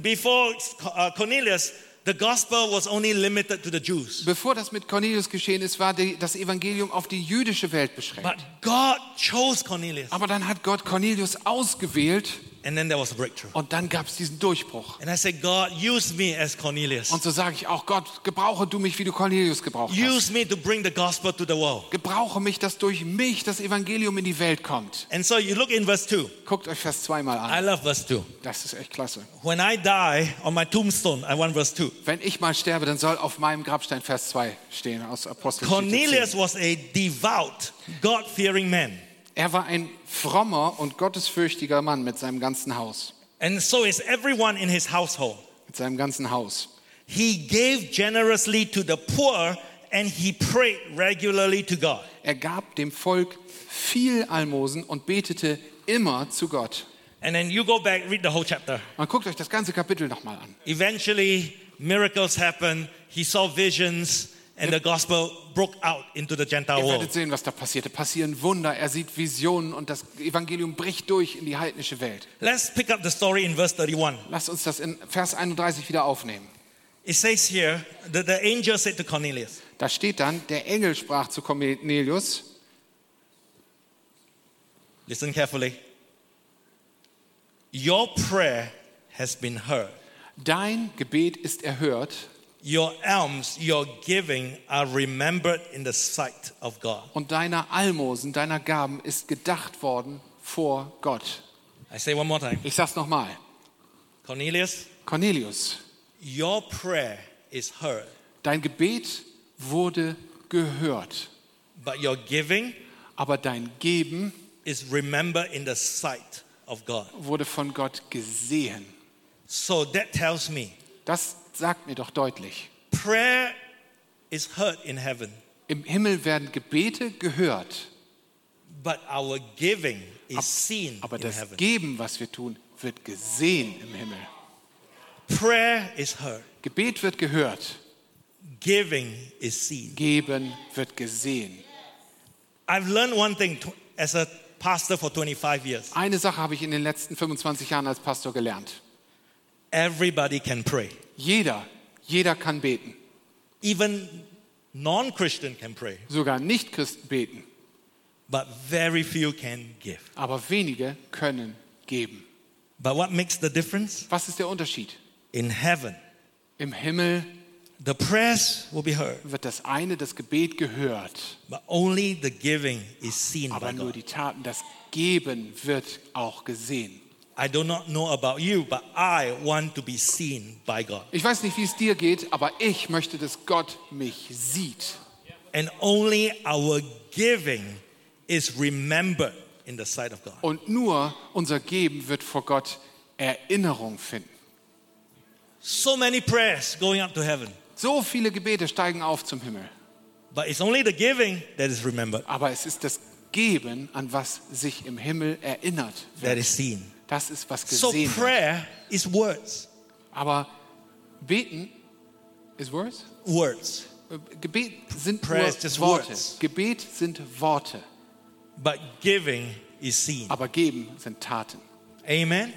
Speaker 2: before uh, Cornelius, the gospel was only limited to the Jews.
Speaker 3: bevor das mit Cornelius geschehen ist, war die, das Evangelium auf die jüdische Welt beschränkt.
Speaker 2: But God chose Cornelius.
Speaker 3: Aber dann hat Gott Cornelius ausgewählt
Speaker 2: And then there was a breakthrough.
Speaker 3: und dann gab es diesen Durchbruch.
Speaker 2: And I said, God, use me as Cornelius.
Speaker 3: Und so sage ich auch, Gott, gebrauche du mich, wie du Cornelius gebraucht hast.
Speaker 2: Use me to bring the gospel to the world.
Speaker 3: Gebrauche mich, dass durch mich das Evangelium in die Welt kommt.
Speaker 2: And so you look in verse 2.
Speaker 3: Guckt euch Vers 2 mal
Speaker 2: I
Speaker 3: an.
Speaker 2: love verse 2.
Speaker 3: Das ist echt klasse.
Speaker 2: When I die on my tombstone, I want verse 2.
Speaker 3: Wenn ich mal sterbe, dann soll auf meinem Grabstein Vers 2 stehen aus Apostelgeschichte 10.
Speaker 2: Cornelius was a devout, God fearing man.
Speaker 3: Er war ein frommer und gottesfürchtiger Mann mit seinem ganzen Haus.
Speaker 2: And so is everyone in his household.
Speaker 3: Mit seinem ganzen Haus.
Speaker 2: He gave generously to the poor and he prayed regularly to God.
Speaker 3: Er gab dem Volk viel Almosen und betete immer zu Gott.
Speaker 2: And then you go back, read the whole chapter.
Speaker 3: Man guckt euch das ganze Kapitel nochmal an.
Speaker 2: Eventually, miracles happened. He saw visions and the gospel broke out into the Gentile
Speaker 3: Ihr
Speaker 2: world.
Speaker 3: werdet sehen, was da passierte. Passieren Wunder. Er sieht Visionen und das Evangelium bricht durch in die heidnische Welt.
Speaker 2: Let's pick up the story in verse 31.
Speaker 3: Lasst uns das in Vers 31 wieder aufnehmen.
Speaker 2: It says here that the angel said to Cornelius,
Speaker 3: Da steht dann, der Engel sprach zu Cornelius,
Speaker 2: listen carefully, your prayer has been heard.
Speaker 3: dein Gebet ist erhört
Speaker 2: Your alms, your giving are remembered in the sight of God.
Speaker 3: und deiner Almosen, deiner Gaben ist gedacht worden vor Gott.
Speaker 2: I say one more time
Speaker 3: Ich sag's nochmal.
Speaker 2: Cornelius,
Speaker 3: Cornelius,
Speaker 2: your prayer is heard,
Speaker 3: dein Gebet wurde gehört,
Speaker 2: but your giving
Speaker 3: aber dein Geben
Speaker 2: is remembered in the sight of God.
Speaker 3: wurde von Gott gesehen.
Speaker 2: So that tells me
Speaker 3: Das sagt mir doch deutlich.
Speaker 2: prayer is heard in heaven,
Speaker 3: Im Himmel werden Gebete gehört,
Speaker 2: but our giving is seen
Speaker 3: aber
Speaker 2: in
Speaker 3: das
Speaker 2: heaven.
Speaker 3: Geben, was wir tun, wird gesehen im Himmel.
Speaker 2: Prayer is heard,
Speaker 3: Gebet wird gehört,
Speaker 2: giving is seen.
Speaker 3: Geben wird gesehen.
Speaker 2: I've learned one thing tw- as a pastor for 25 years
Speaker 3: Eine Sache habe ich in den letzten 25 Jahren als Pastor gelernt.
Speaker 2: everybody can pray,
Speaker 3: Jeder, jeder kann beten.
Speaker 2: even non Christian can pray,
Speaker 3: Sogar Nichtchristen beten,
Speaker 2: but very few can give.
Speaker 3: aber wenige können geben.
Speaker 2: But what makes the difference?
Speaker 3: Was ist der Unterschied?
Speaker 2: In heaven,
Speaker 3: Im Himmel
Speaker 2: the prayers will be heard,
Speaker 3: wird das eine, das Gebet gehört,
Speaker 2: but only the giving is seen by
Speaker 3: aber nur
Speaker 2: God.
Speaker 3: die Taten, das Geben wird auch gesehen.
Speaker 2: I do not know about you, but I want to be seen by God.
Speaker 3: Ich weiß nicht, wie es dir geht, aber ich möchte, dass Gott mich sieht.
Speaker 2: And only our giving is remembered in the sight of God.
Speaker 3: Und nur unser Geben wird vor Gott Erinnerung finden.
Speaker 2: So many prayers going up to heaven,
Speaker 3: So viele Gebete steigen auf zum Himmel,
Speaker 2: but it's only the giving that is remembered,
Speaker 3: aber es ist das Geben, an was sich im Himmel erinnert.
Speaker 2: that is seen.
Speaker 3: Das ist, was
Speaker 2: So
Speaker 3: gesehen wird.
Speaker 2: prayer is words,
Speaker 3: Aber beten is words? Äh,
Speaker 2: words.
Speaker 3: Gebet sind nur
Speaker 2: Prayer is just
Speaker 3: Worte.
Speaker 2: words.
Speaker 3: Gebet sind Worte,
Speaker 2: But giving is seen.
Speaker 3: aber Geben sind Taten.
Speaker 2: Amen.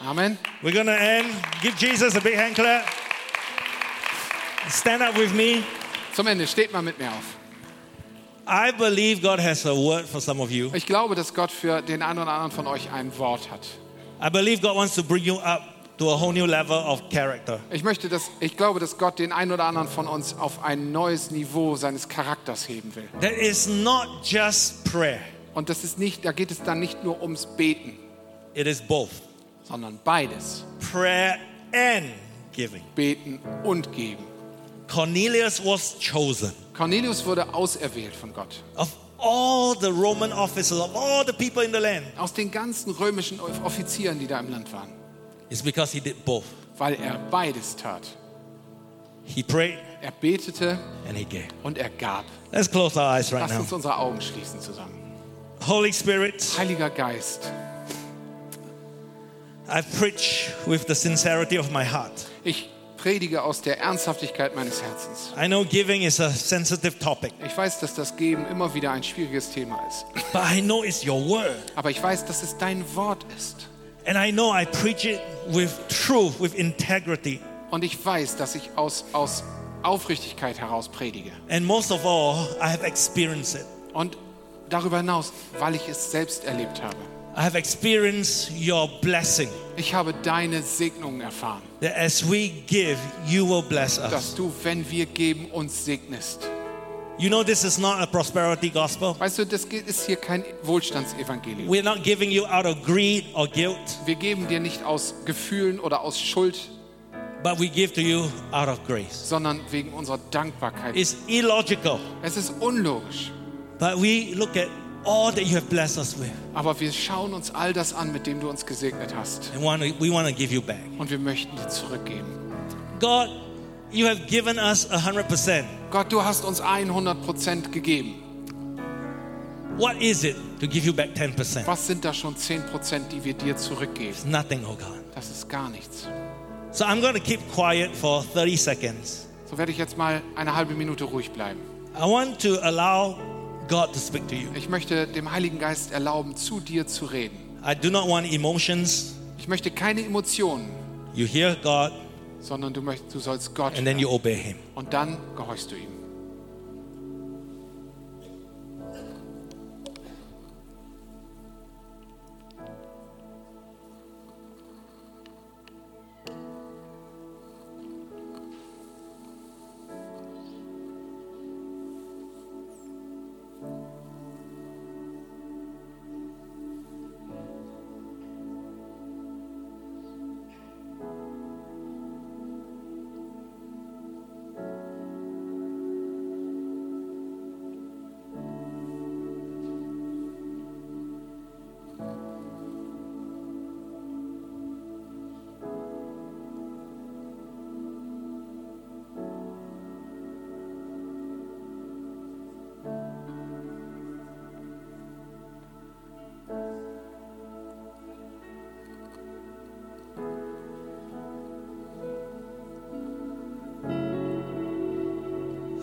Speaker 3: Amen.
Speaker 2: We're going to end. Give Jesus a big hand clap. Stand up with me.
Speaker 3: Zum Ende, steht mal mit mir auf.
Speaker 2: I believe God has a word for some of you.
Speaker 3: Ich glaube, dass Gott für den einen oder anderen von euch ein Wort hat.
Speaker 2: I believe God wants to bring you up to a whole new level of character.
Speaker 3: Ich möchte, dass ich glaube, dass Gott den einen oder anderen von uns auf ein neues Niveau seines Charakters heben will.
Speaker 2: That is not just prayer,
Speaker 3: Und das ist nicht, da geht es dann nicht nur ums Beten,
Speaker 2: it is both
Speaker 3: sondern beides,
Speaker 2: prayer and giving.
Speaker 3: Beten und Geben.
Speaker 2: Cornelius was chosen.
Speaker 3: Cornelius wurde auserwählt von Gott.
Speaker 2: Of all the Roman officers, of all the people in the land,
Speaker 3: Aus den ganzen römischen Offizieren, die da im Land waren,
Speaker 2: it's because he did both.
Speaker 3: weil er beides tat.
Speaker 2: He prayed
Speaker 3: Er betete
Speaker 2: and he gave.
Speaker 3: und er gab.
Speaker 2: Let's close our eyes right
Speaker 3: Lasst
Speaker 2: now.
Speaker 3: uns unsere Augen schließen zusammen.
Speaker 2: Holy Spirit,
Speaker 3: Heiliger Geist,
Speaker 2: I preach with the sincerity of my heart.
Speaker 3: ich predige aus der Ernsthaftigkeit meines Herzens.
Speaker 2: I know giving is a sensitive topic,
Speaker 3: Ich weiß, dass das Geben immer wieder ein schwieriges Thema ist.
Speaker 2: but I know it's your word.
Speaker 3: Aber ich weiß, dass es dein Wort ist.
Speaker 2: And I know I preach it with truth, with integrity.
Speaker 3: Und ich weiß, dass ich aus, aus Aufrichtigkeit heraus predige.
Speaker 2: And most of all, I have experienced it.
Speaker 3: Und darüber hinaus, weil ich es selbst erlebt habe.
Speaker 2: I have experienced your blessing.
Speaker 3: Ich habe deine Segnungen erfahren,
Speaker 2: That as we give, you will bless
Speaker 3: dass
Speaker 2: us.
Speaker 3: du, wenn wir geben, uns segnest.
Speaker 2: You know, this is not a prosperity gospel.
Speaker 3: Weißt du, das ge- ist hier kein Wohlstandsevangelium.
Speaker 2: We're not giving you out of greed or guilt,
Speaker 3: Wir geben dir nicht aus Gefühlen oder aus Schuld,
Speaker 2: but we give to you out of grace.
Speaker 3: sondern wegen unserer Dankbarkeit.
Speaker 2: It's illogical,
Speaker 3: Es ist unlogisch,
Speaker 2: but we look at all that you have blessed us with
Speaker 3: aber wir schauen uns all das an, mit dem du uns gesegnet hast.
Speaker 2: and want to, we want to give you back.
Speaker 3: Und wir möchten dir zurückgeben.
Speaker 2: God, you have given us 100%.
Speaker 3: Gott, du hast uns 100% gegeben.
Speaker 2: What is it to give you back 10%?
Speaker 3: Was sind da schon 10%, die wir dir zurückgeben?
Speaker 2: It's nothing, oh God.
Speaker 3: Das ist gar nichts.
Speaker 2: So I'm going to keep quiet for 30 seconds
Speaker 3: So werde ich jetzt mal eine halbe Minute ruhig bleiben.
Speaker 2: I want to allow God to speak to you.
Speaker 3: Ich möchte dem Heiligen Geist erlauben, zu dir zu reden.
Speaker 2: I do not want emotions.
Speaker 3: Ich möchte keine Emotionen,
Speaker 2: You hear God
Speaker 3: sondern du, möchtest, du sollst Gott
Speaker 2: and then
Speaker 3: hören.
Speaker 2: you obey Him.
Speaker 3: und dann gehorchst du ihm.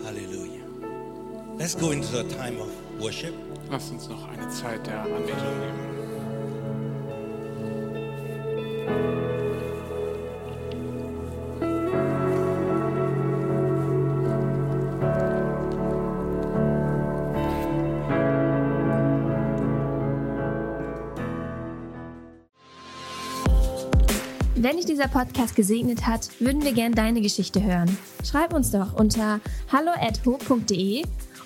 Speaker 2: Hallelujah. Let's go into a time of worship.
Speaker 3: Lass uns noch eine Zeit der Anbetung nehmen.
Speaker 1: Wenn dich dieser Podcast gesegnet hat, würden wir gern deine Geschichte hören. Schreib uns doch unter hallo@ho.de